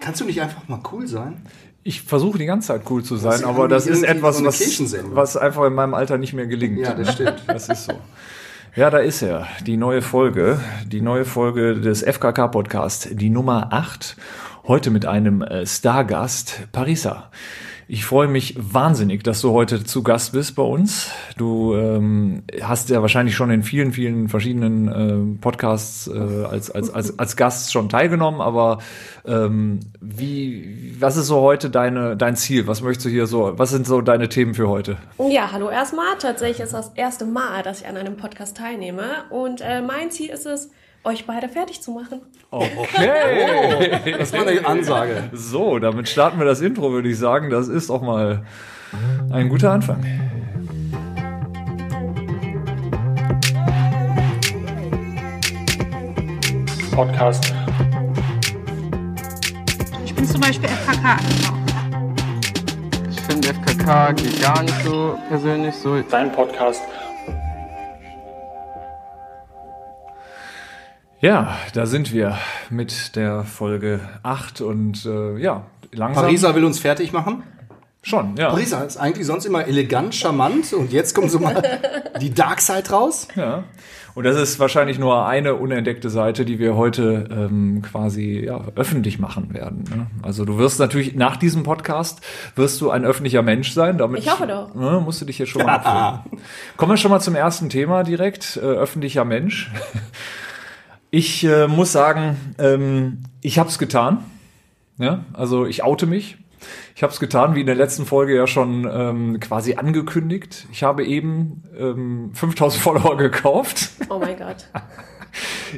Kannst du nicht einfach mal cool sein? Ich versuche die ganze Zeit cool zu sein, Sie aber haben das ist irgendwie etwas, so eine was, Kirchensendung. was einfach in meinem Alter nicht mehr gelingt. ne? Ja, das stimmt. Das ist so. Ja, da ist er. Die neue Folge. Die neue Folge des FKK Podcast. Die Nummer 8. Heute mit einem äh, Stargast, Parisa. Ich freue mich wahnsinnig, dass du heute zu Gast bist bei uns. Du ähm, hast ja wahrscheinlich schon in vielen, vielen verschiedenen ähm, Podcasts äh, als, als, als, als Gast schon teilgenommen, aber ähm, wie, was ist so heute deine, dein Ziel? Was möchtest du hier so, was sind so deine Themen für heute? Oh Ja, hallo erstmal. Tatsächlich ist das erste Mal, dass ich an einem Podcast teilnehme. Und äh, mein Ziel ist es, euch beide fertig zu machen. Okay. Das war eine Ansage. So, damit starten wir das Intro, würde ich sagen. Das ist auch mal ein guter Anfang. Podcast. Ich bin zum Beispiel FKK angekommen. Ich finde FKK geht gar nicht so persönlich so. Dein Podcast. Ja, da sind wir mit der Folge 8 und äh, ja, langsam Pariser will uns fertig machen. schon, ja. Pariser ist eigentlich sonst immer elegant, charmant und jetzt kommt so mal die Dark Side raus. ja. Und das ist wahrscheinlich nur eine unentdeckte Seite, die wir heute ähm, quasi ja, öffentlich machen werden. Ne? Also du wirst natürlich nach diesem Podcast wirst du ein öffentlicher Mensch sein. Damit Ich hoffe doch. Ne, musst du dich hier schon mal abfüllen. Kommen wir schon mal zum ersten Thema direkt. Äh, öffentlicher Mensch. Ich äh, muss sagen, ähm, ich habe es getan. Ja, also ich oute mich. Ich habe es getan, wie in der letzten Folge ja schon ähm, quasi angekündigt. Ich habe eben ähm, 5000 Follower gekauft. Oh mein Gott.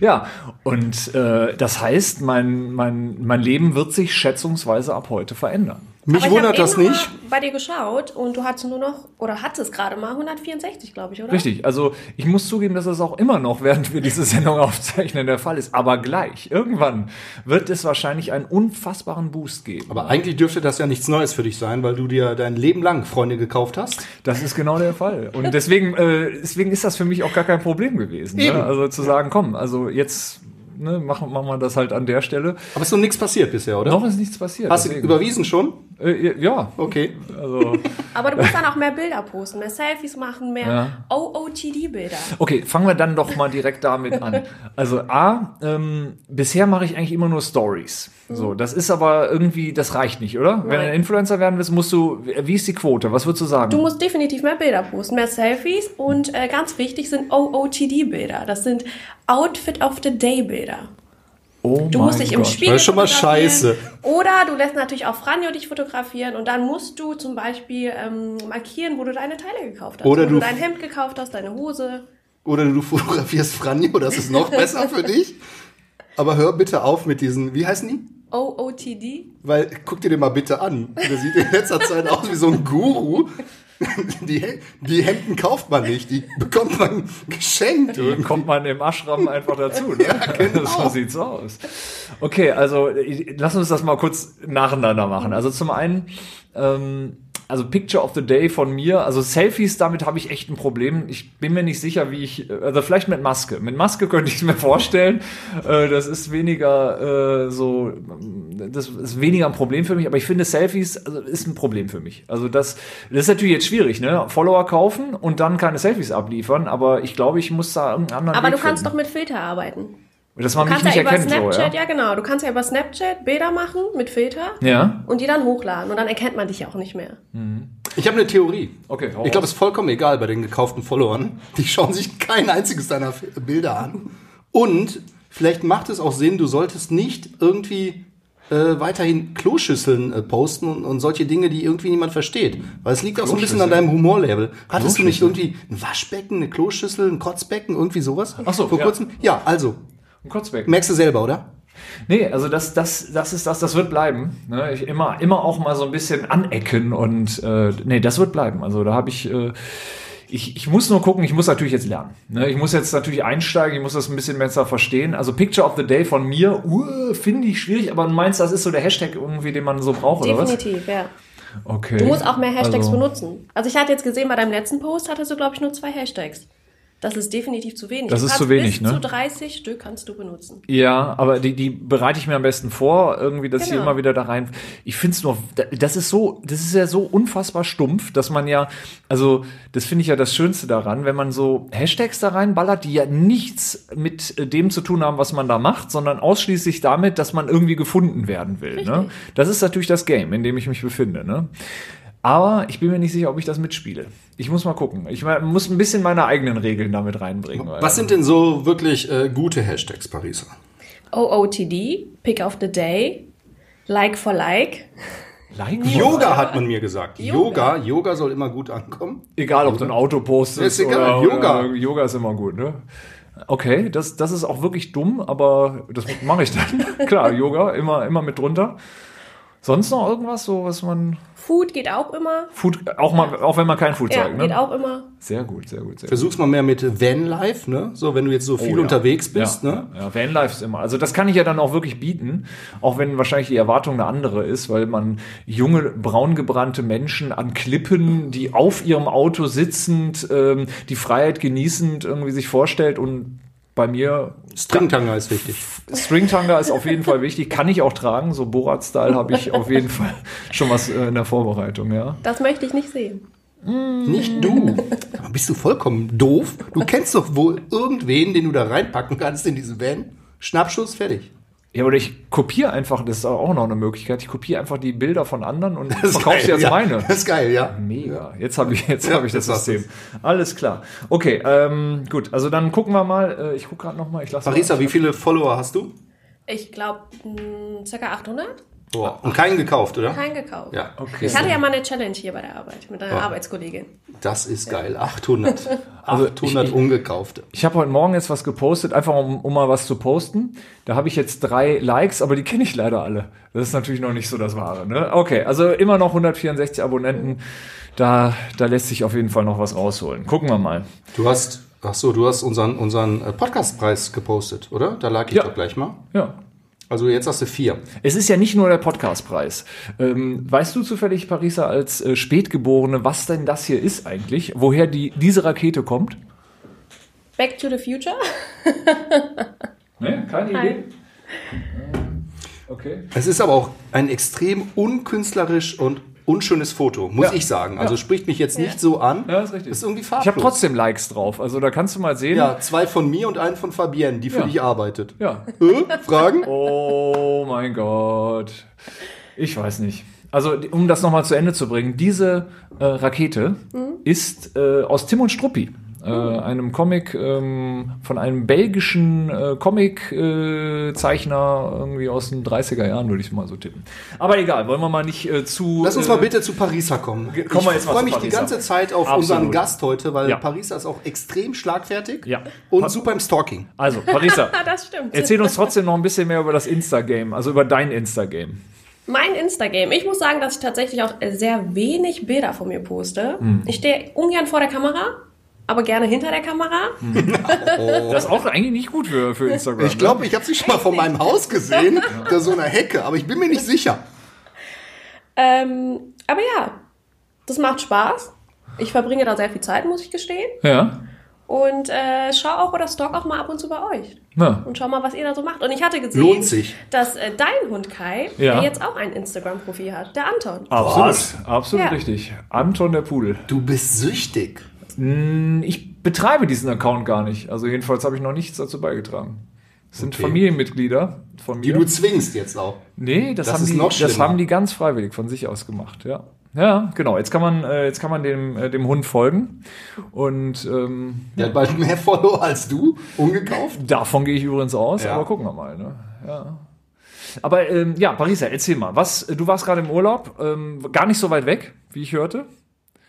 Ja, und äh, das heißt, mein, mein, mein Leben wird sich schätzungsweise ab heute verändern. Mich Aber ich hab wundert eben das noch mal nicht. bei dir geschaut und du hattest nur noch, oder hattest gerade mal 164, glaube ich, oder? Richtig, also ich muss zugeben, dass das auch immer noch, während wir diese Sendung aufzeichnen, der Fall ist. Aber gleich, irgendwann wird es wahrscheinlich einen unfassbaren Boost geben. Aber eigentlich dürfte das ja nichts Neues für dich sein, weil du dir dein Leben lang Freunde gekauft hast. Das ist genau der Fall. Und deswegen, äh, deswegen ist das für mich auch gar kein Problem gewesen. Ne? Also zu sagen, komm, also jetzt ne, machen, machen wir das halt an der Stelle. Aber es ist noch nichts passiert bisher, oder? Noch ist nichts passiert. Hast du deswegen. überwiesen schon? äh, ja, Okay. also. Aber du musst dann auch mehr Bilder posten, mehr Selfies machen, mehr OOTD-Bilder. Okay, fangen wir dann doch mal direkt damit an. Also A, ähm, bisher mache ich eigentlich immer nur Stories. So, Mhm. das ist aber irgendwie, das reicht nicht, oder? Wenn du ein Influencer werden willst, musst du, wie ist die Quote? Was würdest du sagen? Du musst definitiv mehr Bilder posten, mehr Selfies und äh, ganz wichtig sind OOTD-Bilder. Das sind Outfit of the Day-Bilder. oh Du musst dich im Spiegel Das ist schon mal fotografieren. scheiße. Oder du lässt natürlich auch Franjo dich fotografieren und dann musst du zum Beispiel ähm, markieren, wo du deine Teile gekauft hast. Oder wo du- du dein Hemd gekauft hast, deine Hose. Oder du fotografierst Franjo, das ist noch besser für dich. Aber hör bitte auf mit diesen, wie heißen die? OOTD. Weil, guck dir den mal bitte an. Der sieht in letzter Zeit aus wie so ein Guru. Die, He- die Hemden kauft man nicht, die bekommt man geschenkt. Dann kommt man im Ashram einfach dazu. Ne? genau. So sieht's aus. Okay, also ich- lass uns das mal kurz nacheinander machen. Also zum einen, ähm, also Picture of the Day von mir, also Selfies, damit habe ich echt ein Problem. Ich bin mir nicht sicher, wie ich, also vielleicht mit Maske. Mit Maske könnte ich es mir vorstellen. Äh, das ist weniger äh, so, das ist weniger ein Problem für mich, aber ich finde Selfies also, ist ein Problem für mich. Also das, das ist natürlich jetzt schwierig, ne? Follower kaufen und dann keine Selfies abliefern, aber ich glaube, ich muss da irgendeinen anderen Aber Weg du kannst doch finden. mit Filter arbeiten. dass man Du mich kannst nicht ja über erkennt, so, Snapchat, ja? ja genau, du kannst ja über Snapchat Bilder machen mit Filter Ja, und die dann hochladen und dann erkennt man dich ja auch nicht mehr. Ich habe eine Theorie. okay. hau Ich glaube, raus. es ist vollkommen egal bei den gekauften Followern. Die schauen sich kein einziges deiner F- Bilder an. Und vielleicht macht es auch Sinn, du solltest nicht irgendwie äh, weiterhin Kloschüsseln äh, posten und, und solche Dinge, die irgendwie niemand versteht. Weil es liegt auch so ein bisschen an deinem Humorlevel. Hattest du nicht irgendwie ein Waschbecken, eine Kloschüssel, ein Kotzbecken, irgendwie sowas? Ach so, vor ja. kurzem? Ja, also, Ein Kotzbecken. merkst du selber, oder? Nee, also das, das, das ist das, das wird bleiben. Ne? Ich immer, immer auch mal so ein bisschen anecken und äh, nee, das wird bleiben. Also da habe ich, äh, ich, ich muss nur gucken, ich muss natürlich jetzt lernen. Ne? Ich muss jetzt natürlich einsteigen, ich muss das ein bisschen besser verstehen. Also Picture of the Day von mir, uh, finde ich schwierig, aber du meinst, das ist so der Hashtag irgendwie, den man so braucht, oder Definitiv, ja. was? Okay. Du musst auch mehr Hashtags also, benutzen. Also ich hatte jetzt gesehen, bei deinem letzten Post hattest du, glaube ich, nur zwei Hashtags. Das ist definitiv zu wenig. Das Du ist kannst zu wenig, bis ne? Zu 30 Stück kannst du benutzen. Ja, aber die, die bereite ich mir am besten vor, irgendwie, dass sie Genau. immer wieder da rein. Ich find's nur, das ist so, das ist ja so unfassbar stumpf, dass man ja, also das finde ich ja das Schönste daran, wenn man so Hashtags da reinballert, die ja nichts mit äh, dem zu tun haben, was man da macht, sondern ausschließlich damit, dass man irgendwie gefunden werden will. Ne? Das ist natürlich das Game, in dem ich mich befinde. Ne? Aber ich bin mir nicht sicher, ob ich das mitspiele. Ich muss mal gucken. Ich ma- muss ein bisschen meine eigenen Regeln damit reinbringen. weil- Was sind denn so wirklich äh, gute Hashtags, Pariser? OOTD, Pick of the Day, Like for Like. Like Yoga hat man mir gesagt. Yoga. Yoga, Yoga soll immer gut ankommen. Egal, ob du ein Auto postest Ist egal, oder, Yoga. oder Yoga ist immer gut, ne? Okay, das, das ist auch wirklich dumm, aber das mache ich dann. Klar, Yoga, immer, immer mit drunter. Sonst noch irgendwas, so was man. Food geht auch immer. Food, auch, mal, auch wenn man kein Food Ja, sagt, geht ne? auch immer. Sehr gut, sehr gut, sehr gut. Versuch's mal mehr mit Vanlife, ne? So, wenn du jetzt so viel Oh ja. unterwegs bist, ja, ne? Ja, ja, Vanlife ist immer. Also das kann ich ja dann auch wirklich bieten, auch wenn wahrscheinlich die Erwartung eine andere ist, weil man junge, braungebrannte Menschen an Klippen, die auf ihrem Auto sitzend, ähm, die Freiheit genießend irgendwie sich vorstellt und bei mir Stringtanger ist wichtig. Stringtanga ist auf jeden Fall wichtig, kann ich auch tragen, so Borat-Style habe ich auf jeden Fall schon was äh, in der Vorbereitung, ja. Das möchte ich nicht sehen. Nicht du. Aber bist du vollkommen doof? Du kennst doch wohl irgendwen, den du da reinpacken kannst in diesen Van. Schnappschuss, fertig. Ja, oder ich kopiere einfach, das ist auch noch eine Möglichkeit, ich kopiere einfach die Bilder von anderen und ist verkaufe geil, jetzt ja. meine. Das ist geil, ja. Mega. Jetzt habe ich, jetzt Ja, hab ich das jetzt hast System. Alles klar. Okay, ähm, gut. Also dann gucken wir mal. Äh, ich gucke gerade noch mal. Ich lasse. Parisa, wie viele Follower hast du? Ich glaube, circa 800. Boah. Und keinen gekauft, oder? Kein gekauft. Ja, Okay. Ich hatte ja mal eine Challenge hier bei der Arbeit mit einer Arbeitskollegin. das ist geil. 800. 800 ich- ungekaufte. Ich habe heute Morgen jetzt was gepostet, einfach um, um mal was zu posten. Da habe ich jetzt drei Likes, aber die kenne ich leider alle. Das ist natürlich noch nicht so das Wahre. Ne? Okay, also immer noch 164 Abonnenten. Da, da lässt sich auf jeden Fall noch was rausholen. Gucken wir mal. Du hast, ach so, du hast unseren, unseren äh, Podcastpreis gepostet, oder? Da lag ich Ja. doch gleich mal. Ja. Also jetzt hast du vier. Es ist ja nicht nur der Podcastpreis. Ähm, weißt du zufällig, Parisa, als äh, Spätgeborene, was denn das hier ist eigentlich? Woher die, diese Rakete kommt? Back to the Future. Nee, keine Nein. Idee. Ähm, Okay. Es ist aber auch ein extrem unkünstlerisch und unschönes Foto, muss Ja. ich sagen. Also Ja. spricht mich jetzt nicht so an. Ja, ist richtig. Ist irgendwie Ich habe farblos. trotzdem Likes drauf. Also da kannst du mal sehen. Ja, zwei von mir und einen von Fabienne, die für Ja. dich arbeitet. ja. Äh, Fragen? Oh mein Gott. Ich weiß nicht. Also, um das nochmal zu Ende zu bringen, diese äh, Rakete ist äh, aus Tim und Struppi, äh, einem Comic ähm, von einem belgischen äh, Comic-Zeichner äh, Zeichner irgendwie aus den 30er Jahren, würde ich mal so tippen. Aber egal, wollen wir mal nicht äh, zu. Lass uns mal äh, bitte zu Parisa kommen. Ge- kommen wir ich jetzt mal freue zu mich die Parisa. ganze Zeit auf Absolut. unseren Gast heute, weil Ja. Parisa ist auch extrem schlagfertig Ja. und Pa- super im Stalking. Also, Parisa, Ah, das stimmt. erzähl uns trotzdem noch ein bisschen mehr über das Insta-Game, also über dein Insta-Game. Mein Instagram. Ich muss sagen, dass ich tatsächlich auch sehr wenig Bilder von mir poste. Hm. Ich stehe ungern vor der Kamera, aber gerne hinter der Kamera. Hm. Das ist auch eigentlich nicht gut für, für Instagram. Ich glaube, ich habe sie schon mal vor meinem Haus gesehen, da so einer Hecke, aber ich bin mir nicht sicher. Ähm, aber ja, das macht Spaß. Ich verbringe da sehr viel Zeit, muss ich gestehen. ne? Ja. Und äh, schau auch oder stalk auch mal ab und zu bei euch. Na. Und schau mal, was ihr da so macht. Und ich hatte gesehen, Lohnt sich. dass äh, dein Hund Kai, Ja. Ah. der jetzt auch ein Instagram-Profil hat, der Anton. Absolut. Absolut Ja. richtig. Anton der Pudel. Du bist süchtig. Ich betreibe diesen Account gar nicht. Also jedenfalls habe ich noch nichts dazu beigetragen. Es sind Okay. Familienmitglieder von mir. Die du zwingst jetzt auch. nee, das, Das haben ist die, noch das schlimmer. haben die ganz freiwillig von sich aus gemacht, ja. Ja, genau. Jetzt kann man, äh, jetzt kann man dem, äh, dem Hund folgen. Und ähm, Der hat bald mehr Follower als du, ungekauft. davon gehe ich übrigens aus, Ja. aber gucken wir mal, ne? Ja. Aber ähm, ja, Parisa, erzähl mal. Was, du warst gerade im Urlaub, ähm, gar nicht so weit weg, wie ich hörte.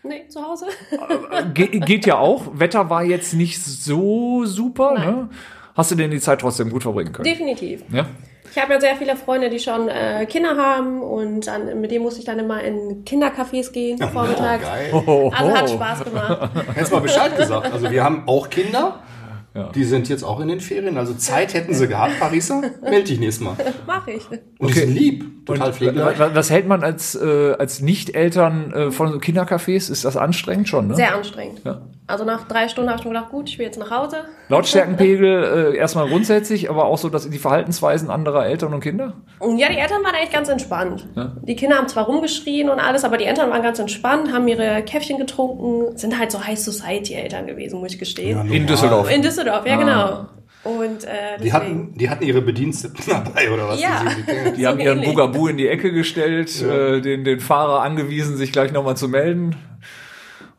Nee, zu Hause. Ge geht ja auch. Wetter war jetzt nicht so super. Ne? Hast du denn die Zeit trotzdem gut verbringen können? Definitiv. Ja? Ich habe ja sehr viele Freunde, die schon äh, Kinder haben und dann, mit denen muss ich dann immer in Kindercafés gehen Oh, vormittags. Oh, Also hat Spaß gemacht. Hättest mal Bescheid gesagt. Also wir haben auch Kinder. Die sind jetzt auch in den Ferien. Also Zeit hätten sie gehabt, Parisa. Meld dich nächstes Mal. Mach ich. Und die sind lieb. Total Wa- pflegeleicht. wa- Was hält man als, äh, als Nicht-Eltern äh, von so Kindercafés? Ist das anstrengend schon? Ne? Sehr anstrengend. Ja. Also nach drei Stunden habe ich mir gedacht, gut, ich will jetzt nach Hause. Lautstärkenpegel äh, erstmal grundsätzlich, aber auch so, dass die Verhaltensweisen anderer Eltern und Kinder? Und ja, die Eltern waren eigentlich ganz entspannt. Die Kinder haben zwar rumgeschrien und alles, aber die Eltern waren ganz entspannt, haben ihre Käffchen getrunken, sind halt so High Society Eltern gewesen, muss ich gestehen. In Düsseldorf. In Düsseldorf, ja Ah. genau. Und äh, Die hatten, die hatten ihre Bediensteten dabei, oder was? Ja. Die sind- Die haben so ihren ähnlich. Bugabu in die Ecke gestellt, äh, den, den Fahrer angewiesen, sich gleich nochmal zu melden.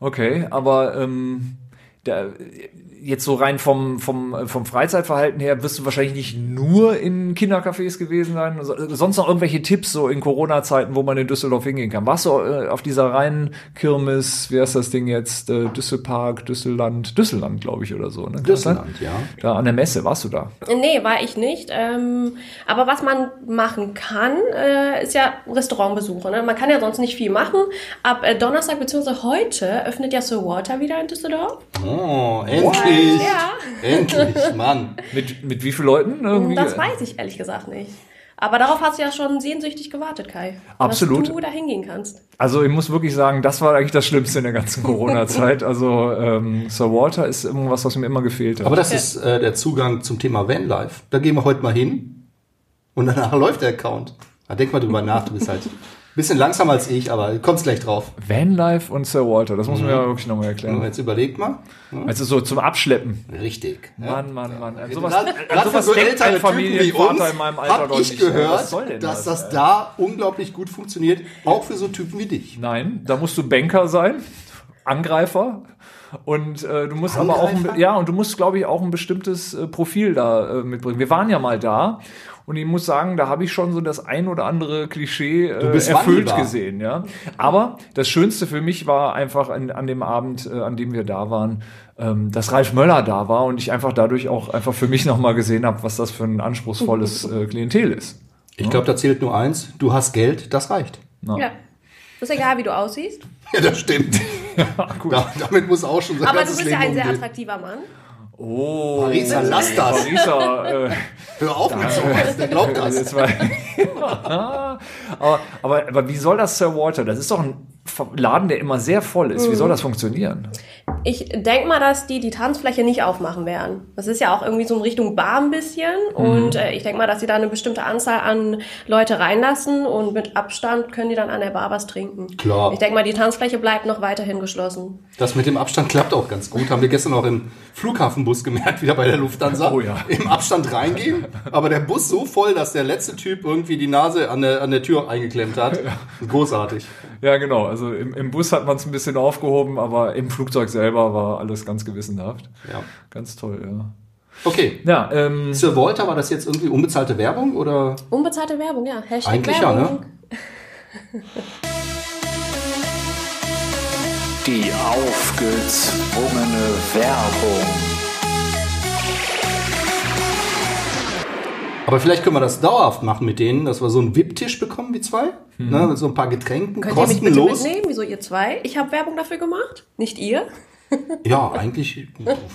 Okay, aber ähm, da, jetzt so rein vom, vom, äh, vom Freizeitverhalten her wirst du wahrscheinlich nicht nur in Kindercafés gewesen sein. So- Sonst noch irgendwelche Tipps so in Corona-Zeiten, wo man in Düsseldorf hingehen kann. Warst du äh, auf dieser reinen Kirmes, wie heißt das Ding jetzt? Äh, Düsselpark, Düsselland, Düsselland, glaube ich, oder so. Ne? Kann das sein? Düsseldorf, ja. Da an der Messe warst du da. Nee, war ich nicht. Ähm, aber was man machen kann, äh, ist ja Restaurantbesuche. Ne? Man kann ja sonst nicht viel machen. Ab äh, Donnerstag bzw. heute öffnet ja Sir Walter wieder in Düsseldorf. Oh, endlich. Ja. Endlich, Mann. Mit, mit wie vielen Leuten? Irgendwie? Das weiß ich ehrlich gesagt nicht. Aber darauf hast du ja schon sehnsüchtig gewartet, Kai. Absolut. Dass du da hingehen kannst. Also ich muss wirklich sagen, das war eigentlich das Schlimmste in der ganzen Corona-Zeit. Also ähm, Sir Walter ist irgendwas, was mir immer gefehlt hat. Aber das ist äh, der Zugang zum Thema Vanlife. Da gehen wir heute mal hin und danach läuft der Account. Da denk mal drüber nach, du bist halt ein bisschen langsamer als ich, aber du kommst gleich drauf. Vanlife und Sir Walter, das muss Mhm. man ja wirklich nochmal Und erklären. jetzt überlegt mal. Also so zum Abschleppen. Richtig. Mhm. Ja. Mann, Mann, Mann. An sowas, Gerade an gerade für sowas so Also denkt ältere ein Typen wie uns Familienvater in meinem Alter habe doch ich nicht. ne? gehört, Was soll denn dass das ey? da unglaublich gut funktioniert, auch für so Typen wie dich. Nein, da musst du Banker sein, Angreifer. Und äh, du musst aber auch, ein, Angreifer? ja, und du musst, glaube ich, auch ein bestimmtes äh, Profil da äh, mitbringen. Wir waren ja mal da und ich muss sagen, da habe ich schon so das ein oder andere Klischee äh, bist erfüllt wandelbar. gesehen, ja. Aber das Schönste für mich war einfach an, an dem Abend, äh, an dem wir da waren, ähm, dass Ralf Möller da war und ich einfach dadurch auch einfach für mich nochmal gesehen habe, was das für ein anspruchsvolles äh, Klientel ist. Ich glaube, da zählt nur eins. Du hast Geld, das reicht. Ja. Ist egal, wie du aussiehst. Ja, das stimmt. Da, damit muss auch schon sein Aber du ganzes bist Leben ja ein sehr umgehen. attraktiver Mann. Oh, Pariser, lass das. Pariser, äh, Hör auf mit sowas, der glaubt das. Also jetzt mal- aber, aber, aber wie soll das Sir Walter? Das ist doch ein Ver- Laden, der immer sehr voll ist. Wie soll das funktionieren? Ich denk mal, dass die die Tanzfläche nicht aufmachen werden. Das ist ja auch irgendwie so in Richtung Bar ein bisschen. Mhm. Und äh, ich denk mal, dass sie da eine bestimmte Anzahl an Leute reinlassen und mit Abstand können die dann an der Bar was trinken. Klar. Ich denk mal, die Tanzfläche bleibt noch weiterhin geschlossen. Das mit dem Abstand klappt auch ganz gut. Haben wir gestern auch im Flughafenbus gemerkt, wieder bei der Lufthansa. Oh ja. Im Abstand reingehen, aber der Bus so voll, dass der letzte Typ irgendwie die Nase an der, an der Tür eingeklemmt hat. Großartig. Ja, genau. Also im, im Bus hat man es ein bisschen aufgehoben, aber im Flugzeug selber war alles ganz gewissenhaft. Ja. Ganz toll, ja. Okay. Ja, ähm, Sir Walter, war das jetzt irgendwie unbezahlte Werbung oder? Unbezahlte Werbung, ja. Hashtag Eigentlich ja, Werbung. ne? Die aufgezwungene Werbung. Aber vielleicht können wir das dauerhaft machen mit denen, dass wir so einen VIP-Tisch bekommen, wie zwei. Hm. Ne, mit so ein paar Getränken, Könnt ihr mich bitte kostenlos. mitnehmen? Wieso ihr zwei? Ich habe Werbung dafür gemacht, nicht ihr. Ja, eigentlich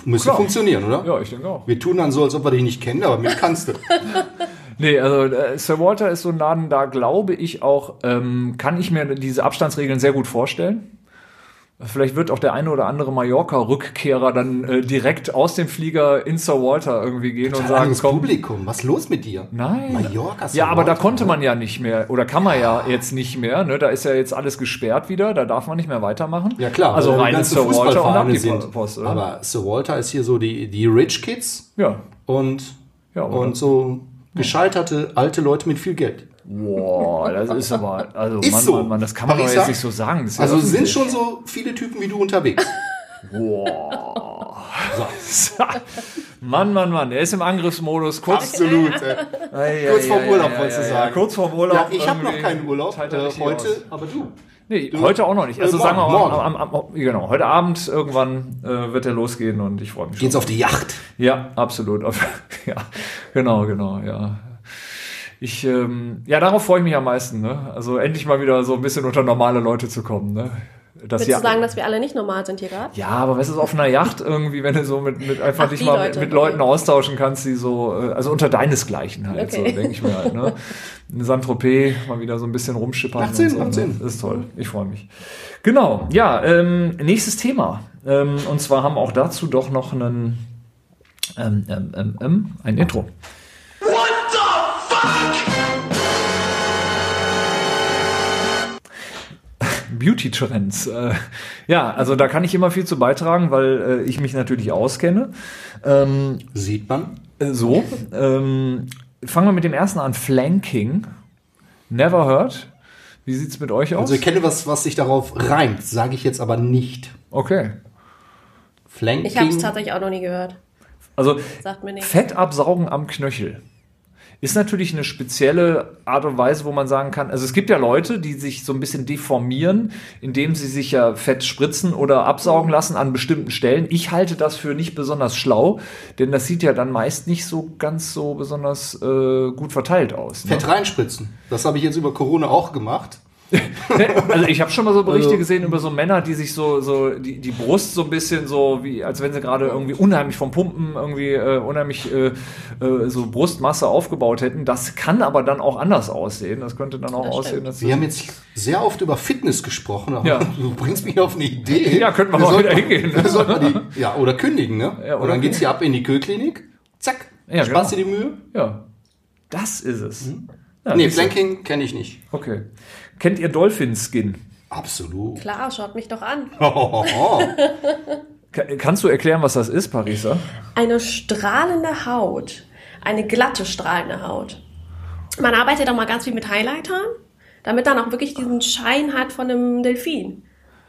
müsste Klar. funktionieren, oder? ja, ich denke auch. Wir tun dann so, als ob wir dich nicht kennen, aber mich kannst du. Nee, also äh, Sir Walter ist so ein Laden, da glaube ich auch, ähm, kann ich mir diese Abstandsregeln sehr gut vorstellen. Vielleicht wird auch der eine oder andere Mallorca-Rückkehrer dann äh, direkt aus dem Flieger in Sir Walter irgendwie gehen und sagen, Anderes komm. Publikum, was ist los mit dir? Nein. Mallorca. ist ja, aber da Mallorca. konnte man ja nicht mehr oder kann man ja jetzt nicht mehr. Ne? Da ist ja jetzt alles gesperrt wieder, da darf man nicht mehr weitermachen. Ja klar, also weil da die rein in ganzen Sir Walter und ab Fußballvereine die sind. Post, oder? aber Sir Walter ist hier so die, die Rich Kids äh? ja. und, Ja, oder? und so gescheiterte alte Leute mit viel Geld. Boah, das ist aber, also Ist Mann, so. Mann, Mann, das kann man doch Pariser? jetzt nicht so sagen. Das ist ja Also sind öffentlich. schon so viele Typen wie du unterwegs. Mann, Mann, Mann, er ist im Angriffsmodus. Kurz, Absolut. ey. Ei, Kurz ei, vorm ei, Urlaub, ei, wolltest du ei, ei. sagen. Kurz vorm Urlaub. Ja, ich habe noch irgendwie keinen Urlaub teilt er äh, richtig heute, aus. aber du. Nee, heute auch noch nicht. Also Äh, sagen wir mal, morgen, am, am, am, genau, heute Abend irgendwann äh, wird er losgehen und ich freue mich schon. Geht's auf die Yacht. Ja, absolut. Auf, ja, genau, genau, ja. Ich, ähm, ja, darauf freue ich mich am meisten. Ne? Also endlich mal wieder so ein bisschen unter normale Leute zu kommen. Ne? Dass Willst ja- du sagen, dass wir alle nicht normal sind hier gerade? ja, aber weißt du, so auf einer Yacht irgendwie, wenn du so mit, mit einfach Ach, dich die mal mit, Leute, mit okay. Leuten austauschen kannst, die so, äh, also unter deinesgleichen halt, so Okay. denke ich mir halt, ne? In Saint-Tropez mal wieder so ein bisschen rumschippern. Macht Sinn, und so, macht ne? Sinn. Ist toll, ich freue mich. Genau, ja, ähm, nächstes Thema. Ähm, und zwar haben auch dazu doch noch einen, ähm, ähm, ähm, ähm, ein Intro. Beauty Trends. Äh, ja, also da kann ich immer viel zu beitragen, weil äh, ich mich natürlich auskenne. Ähm, Sieht man? äh, so, ähm, fangen wir mit dem ersten an. Flanking. Never heard. Wie sieht's mit euch aus? Also ich kenne was, was sich darauf reimt, sage ich jetzt aber nicht. Okay. Flanking. Ich habe es tatsächlich auch noch nie gehört. Also Sagt mir nichts. Fett absaugen am Knöchel. Ist natürlich eine spezielle Art und Weise, wo man sagen kann, also es gibt ja Leute, die sich so ein bisschen deformieren, indem sie sich ja Fett spritzen oder absaugen lassen an bestimmten Stellen. Ich halte das für nicht besonders schlau, denn das sieht ja dann meist nicht so ganz so besonders äh, gut verteilt aus. Ne? Fett reinspritzen. Das habe ich jetzt über Corona auch gemacht. Also ich habe schon mal so Berichte Also- gesehen über so Männer, die sich so, so die, die Brust so ein bisschen so, wie, als wenn sie gerade irgendwie unheimlich vom Pumpen irgendwie äh, unheimlich äh, äh, so Brustmasse aufgebaut hätten. Das kann aber dann auch anders aussehen. Das könnte dann auch Das aussehen, stimmt. dass Wir haben jetzt sehr oft über Fitness gesprochen, aber Ja. du bringst mich auf eine Idee. Ja, könnten wir mal sollten- wieder hingehen. wir sollten mal die, ja, oder kündigen, ne? Ja, oder und dann geht's hier ab in die Kühlklinik. Zack. Ja, Sparst genau. dir die Mühe? ja, das ist es. Ja, Mhm. nee, siehst du. Flanking kenne ich nicht. okay. Kennt ihr Dolphin Skin? Absolut. Klar, schaut mich doch an. Ka- Kannst du erklären, was das ist, Parisa? Eine strahlende Haut. Eine glatte, strahlende Haut. Man arbeitet auch mal ganz viel mit Highlightern, damit dann auch wirklich diesen Schein hat von einem Delfin.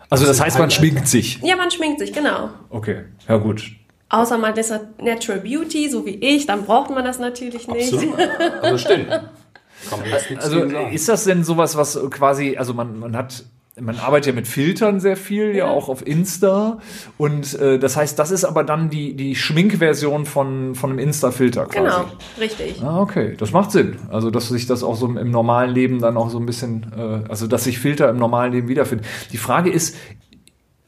Also das sind heißt, man Highlighter. schminkt sich. Ja, man schminkt sich, genau. Okay, ja gut. Außer man ist Natural Beauty, so wie ich, dann braucht man das natürlich nicht. Absolut. Also stimmt. Kann man jetzt nichts Also gegen sagen. ist das denn sowas, was quasi, also man, man hat, man arbeitet ja mit Filtern sehr viel, ja, auch auf Insta. Und äh, das heißt, das ist aber dann die, die Schminkversion von, von einem Insta-Filter quasi. Genau, richtig. Ah, okay, das macht Sinn. Also, dass sich das auch so im- im normalen Leben dann auch so ein bisschen, äh, also dass sich Filter im normalen Leben wiederfinden. Die Frage ist,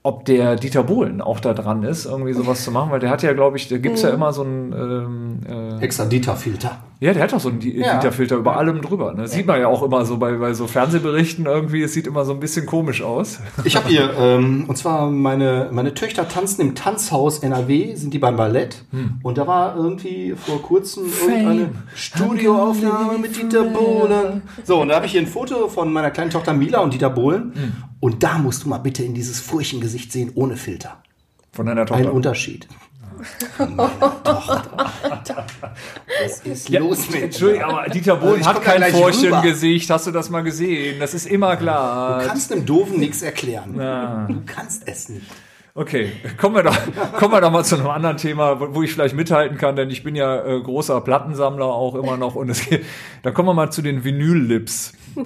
ob der Dieter Bohlen auch da dran ist, irgendwie sowas zu machen, weil der hat ja, glaube ich, da gibt's ja immer so ein ähm, äh, Hexadetafilter. ja, der hat doch so einen Di- Ja. Dieter-Filter über allem drüber. Ne? Sieht man ja auch immer so bei, bei so Fernsehberichten irgendwie. Es sieht immer so ein bisschen komisch aus. Ich habe hier, ähm, und zwar meine, meine Töchter tanzen im Tanzhaus NRW, sind die beim Ballett. Und da war irgendwie vor kurzem irgendeine Studioaufnahme mit Dieter Bohlen. So, und da habe ich hier ein Foto von meiner kleinen Tochter Mila und Dieter Bohlen. Und da musst du mal bitte in dieses Furchengesicht sehen, ohne Filter. Von deiner Ein Tochter. Unterschied. Von meiner Tochter, Alter. Was ist los mit dir? Entschuldigung, aber Dieter Also Bohlen ich hat komm da kein gleich Furchengesicht. Hast du das mal gesehen? Das ist immer Du klar. kannst dem Doofen nichts erklären. Du kannst es nicht. Okay, kommen wir, doch, kommen wir doch mal zu einem anderen Thema, wo, wo ich vielleicht mithalten kann, denn ich bin ja äh, großer Plattensammler auch immer noch. Und es geht, da kommen wir mal zu den Vinyl-Lips.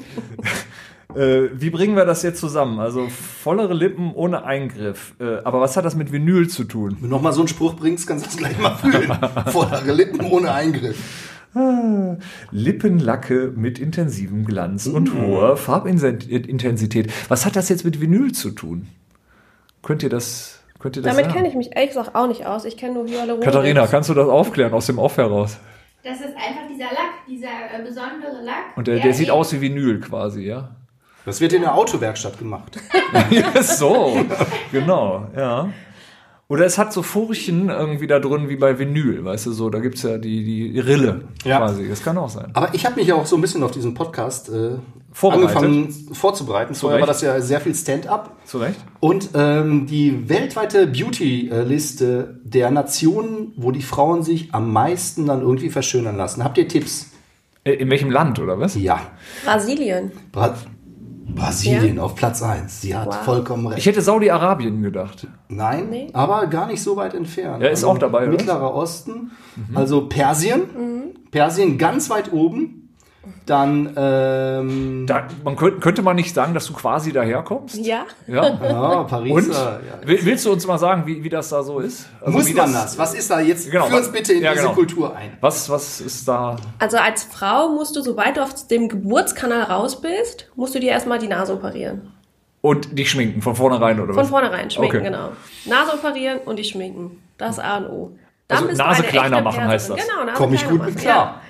Äh, wie bringen wir das jetzt zusammen? Also vollere Lippen ohne Eingriff. Äh, aber was hat das mit Vinyl zu tun? Wenn du nochmal so einen Spruch bringst, kannst du es gleich mal fühlen. Vordere Lippen ohne Eingriff. Lippenlacke mit intensivem Glanz und hoher Farbintensität. Was hat das jetzt mit Vinyl zu tun? Könnt ihr das, könnt ihr das Damit sagen? kenne ich mich ehrlich gesagt auch nicht aus. Ich kenne nur Hyaluron. Katharina, kannst du das aufklären aus dem Off heraus? Das ist einfach dieser Lack, dieser äh, besondere Lack. Und der, der sieht eben- aus wie Vinyl quasi, ja? Das wird in der Autowerkstatt gemacht. Ja, so, genau, ja. Oder es hat so Furchen irgendwie da drin wie bei Vinyl, weißt du so, da gibt es ja die, die Rille Ja. quasi. Das kann auch sein. Aber ich habe mich ja auch so ein bisschen auf diesen Podcast äh, Vorbereitet. angefangen vorzubereiten. Vorher Recht. war das ja sehr viel Stand-up. Zu Recht? Und ähm, die weltweite Beauty-Liste der Nationen, wo die Frauen sich am meisten dann irgendwie verschönern lassen. Habt ihr Tipps? Äh, In welchem Land, oder was? Ja. Brasilien. Bra Brasilien auf Platz 1. Sie hat Wow. vollkommen recht. Ich hätte Saudi-Arabien gedacht. Nein, aber gar nicht so weit entfernt. Also Ja, ist auch dabei, oder? Mhm. Mittlerer Osten, also Persien. Persien ganz weit oben. Dann, ähm, Da, man könnte, könnte man nicht sagen, dass du quasi daherkommst? Ja. Ja. ja, Paris. Und? Ja. Will, willst du uns mal sagen, wie, wie das da so ist? Also Muss wie man das? Was ist da jetzt? Genau, Führ uns was- bitte in ja, diese genau. Kultur ein. Was, was ist da? Also als Frau musst du, sobald du auf dem Geburtskanal raus bist, musst du dir erstmal die Nase operieren. Und dich schminken von vornherein, oder Von was? vornherein schminken, Hm. Okay. genau. Nase operieren und dich schminken. Das A und O. Dann Also bist du Nase eine kleiner echte machen heißt Perserin. das. Genau, Nase Komme ich kleiner gut mit machen, klar.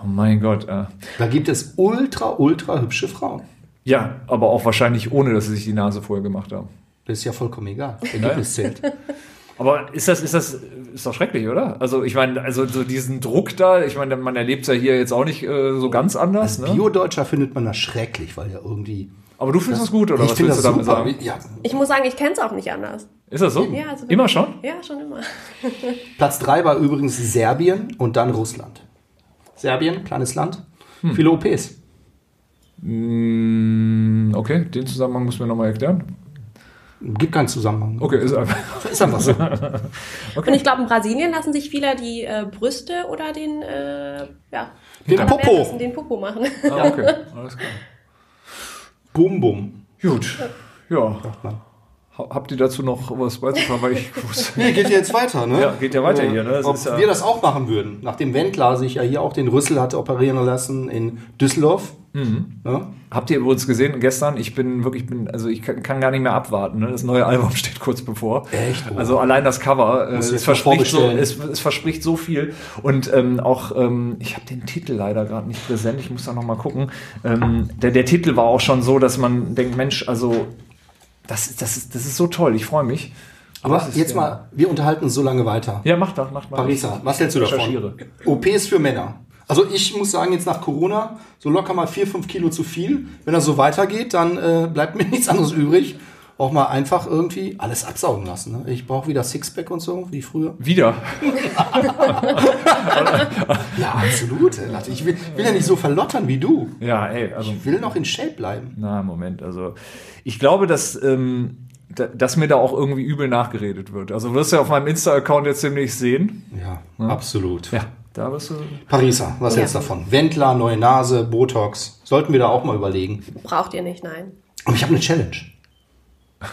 Oh mein Gott. Äh. Da gibt es ultra, ultra hübsche Frauen. Ja, aber auch wahrscheinlich ohne, dass sie sich die Nase vorher gemacht haben. Das ist ja vollkommen egal. Ergebnis zählt. Aber ist das, ist das, ist doch schrecklich, oder? Also ich meine, also so diesen Druck da, ich meine, man erlebt ja hier jetzt auch nicht äh, so ganz anders, ne? Bio-Deutscher findet man das schrecklich, weil ja irgendwie. Aber du findest das, gut, oder ich was finde willst das du damit super. sagen? Ja, Ich muss sagen, ich kenne es auch nicht anders. Ist das so? Ja, also- Immer schon? Ja, schon immer. Platz 3 war übrigens Serbien und dann Russland. Serbien, kleines Land, viele OPs. Hm, Okay, den Zusammenhang müssen wir nochmal erklären. Gibt keinen Zusammenhang. Okay, ist einfach. Ist einfach so. Und ich glaube, in Brasilien lassen sich viele die äh, Brüste oder den, äh, ja, Den Lassen, Popo. den Popo machen. Ah, okay, alles klar. Bum, bum. Gut, ja. man. Ha- Habt ihr dazu noch was beizutragen? Weil ich wusste. Nee, geht ja jetzt weiter, ne? Ja, geht ja weiter hier, ne? Das Ob ist ja- wir das auch machen würden, nachdem Wendler sich ja hier auch den Rüssel hatte operieren lassen in Düsseldorf. Mhm. Ne? Habt ihr übrigens gesehen gestern? Ich bin wirklich, bin, also ich kann, kann gar nicht mehr abwarten. Ne? Das neue Album steht kurz bevor. Echt? Oh. Also allein das Cover, äh, Muss ich jetzt es, mal verspricht so, vorbestellen. es, es verspricht so viel. Und ähm, auch, ähm, ich habe den Titel leider gerade nicht präsent, ich muss da nochmal gucken. Ähm, der, der Titel war auch schon so, dass man denkt, Mensch, also das, das, ist, das ist so toll, ich freue mich. Aber Das ist jetzt ja- mal, wir unterhalten uns so lange weiter. Ja, mach doch, mach mal. Marisa, was hältst du davon? Recherchiere. OPs für Männer. Also ich muss sagen, jetzt nach Corona, so locker mal 4, 5 Kilo zu viel. Wenn das so weitergeht, dann äh, bleibt mir nichts anderes übrig. Auch mal einfach irgendwie alles absaugen lassen. Ne? Ich brauche wieder Sixpack und so, wie früher. Wieder. Ja, absolut. ey. Ich will, will ja nicht so verlottern wie du. Ja, ey, also. Ich will noch in Shape bleiben. Na, Moment, also ich glaube, dass, ähm, da, dass mir da auch irgendwie übel nachgeredet wird. Also wirst du ja auf meinem Insta-Account jetzt demnächst sehen. Ja, absolut. Ja, da wirst du. Pariser, was Ja. hältst du davon? Wendler, neue Nase, Botox. Sollten wir da auch mal überlegen. Braucht ihr nicht, nein. Und ich habe eine Challenge.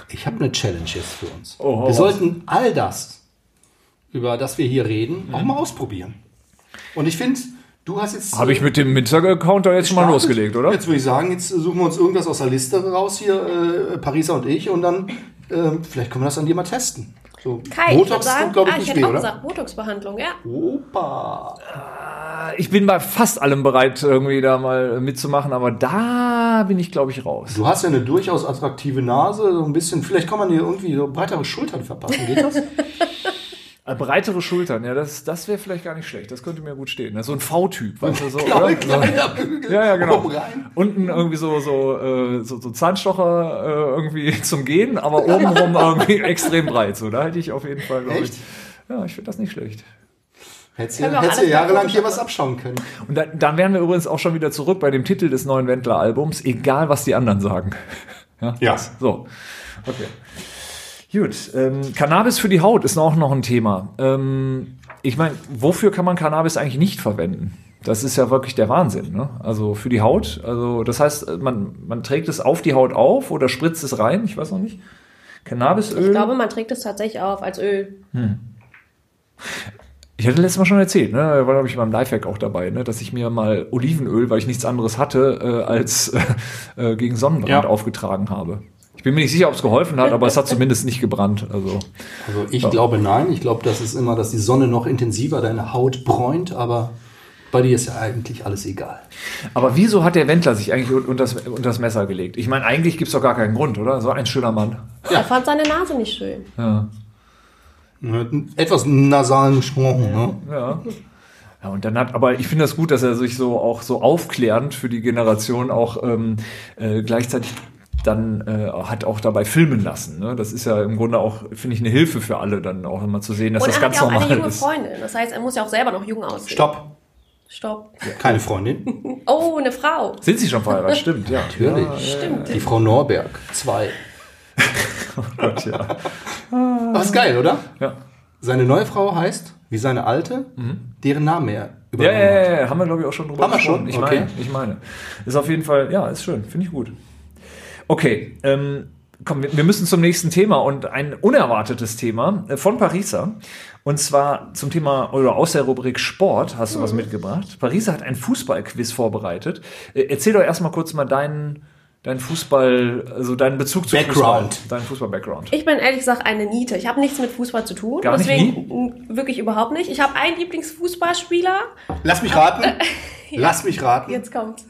Ich habe eine Challenge jetzt für uns. Oh, hau wir raus. sollten all das, über das wir hier reden, auch mal ausprobieren. Und ich finde, du hast jetzt. Habe ich mit dem Insta-Account da jetzt schon mal gestartet. losgelegt, oder? Jetzt würde ich sagen, jetzt suchen wir uns irgendwas aus der Liste raus hier, äh, Pariser und ich, und dann ähm, vielleicht können wir das an dir mal testen. So, Kai, ich würde Botox sagen, tut, glaube ich, ah, ich nicht hätte weh, auch oder? gesagt, Botox-Behandlung, ja. Opa. Ich bin bei fast allem bereit, irgendwie da mal mitzumachen, aber da bin ich, glaube ich, raus. Du hast ja eine durchaus attraktive Nase, so ein bisschen. Vielleicht kann man dir irgendwie so breitere Schultern verpassen. Geht das? Äh, Breitere Schultern, ja, das, das wäre vielleicht gar nicht schlecht. Das könnte mir gut stehen. Ne, So ein V-Typ, weißt du so, Genau, oder? ein kleiner Bügel. Ja, ja, genau. oben rein. Unten irgendwie so, so, äh, so, so Zahnstocher äh, irgendwie zum Gehen, aber obenrum irgendwie extrem breit. So, da hätte ich auf jeden Fall, glaub Echt? ich. Ja, ich finde das nicht schlecht. Hättest Können du wir auch hättest du alles jahrelang mal hier was abschauen können. Und dann, dann wären wir übrigens auch schon wieder zurück bei dem Titel des neuen Wendler-Albums, egal was die anderen sagen. Ja. So. Okay. Gut. Ähm, Cannabis für die Haut ist auch noch ein Thema. Ähm, ich meine, wofür kann man Cannabis eigentlich nicht verwenden? Das ist ja wirklich der Wahnsinn, ne? Also für die Haut. Also das heißt, man, man trägt es auf die Haut auf oder spritzt es rein, ich weiß noch nicht. Cannabisöl. Ich glaube, man trägt es tatsächlich auf als Öl. Ich hatte letztes Mal schon erzählt, ne? da war glaube ich beim Lifehack auch dabei, ne? dass ich mir mal Olivenöl, weil ich nichts anderes hatte, äh, als äh, äh, gegen Sonnenbrand Ja. aufgetragen habe. Ich bin mir nicht sicher, ob es geholfen hat, aber es hat zumindest nicht gebrannt. Also Also ich glaube nein. Ich glaube, das ist immer, dass die Sonne noch intensiver deine Haut bräunt, aber bei dir ist ja eigentlich alles egal. Aber wieso hat der Wendler sich eigentlich un- unters, unters Messer gelegt? Ich meine, eigentlich gibt's doch gar keinen Grund, oder? So ein schöner Mann. Er fand seine Nase nicht schön. Ja. Mit einem etwas nasalen Schmorgen, ne? ja. Ja, und dann hat, aber ich finde das gut, dass er sich so auch so aufklärend für die Generation auch ähm, äh, gleichzeitig dann äh, hat auch dabei filmen lassen. Ne? Das ist ja im Grunde auch, finde ich, eine Hilfe für alle, dann auch immer zu sehen, dass Und das er hat ganz ja auch eine normal junge ist. Freundin. Das heißt, er muss ja auch selber noch jung aussehen. Stopp. Stopp. Keine Freundin. Oh, eine Frau. Sind sie schon verheiratet? Stimmt, ja. Natürlich. Stimmt. Die Frau Norberg. Zwei. Gott, ja. Aber ist geil, oder? Ja. Seine neue Frau heißt, wie seine alte, deren Namen er Mhm. Ja, übernommen ja, hat. ja, ja, haben wir, glaube ich, auch schon drüber Haben wir schon? Ich Okay. meine, ich meine. Ist auf jeden Fall, ja, ist schön, finde ich gut. Okay, ähm, komm, wir, wir müssen zum nächsten Thema und ein unerwartetes Thema äh, von Pariser. Und zwar zum Thema, oder aus der Rubrik Sport hast du Mhm. was mitgebracht. Pariser hat ein Fußballquiz vorbereitet. Äh, erzähl doch erstmal kurz mal deinen, deinen Fußball, also deinen Bezug zu Background. Fußball. Deinen Fußball-Background. Ich bin ehrlich gesagt eine Niete. Ich habe nichts mit Fußball zu tun. Gar nicht deswegen n- wirklich überhaupt nicht. Ich habe einen Lieblingsfußballspieler. Lass mich raten. Lass mich raten. Jetzt kommt's.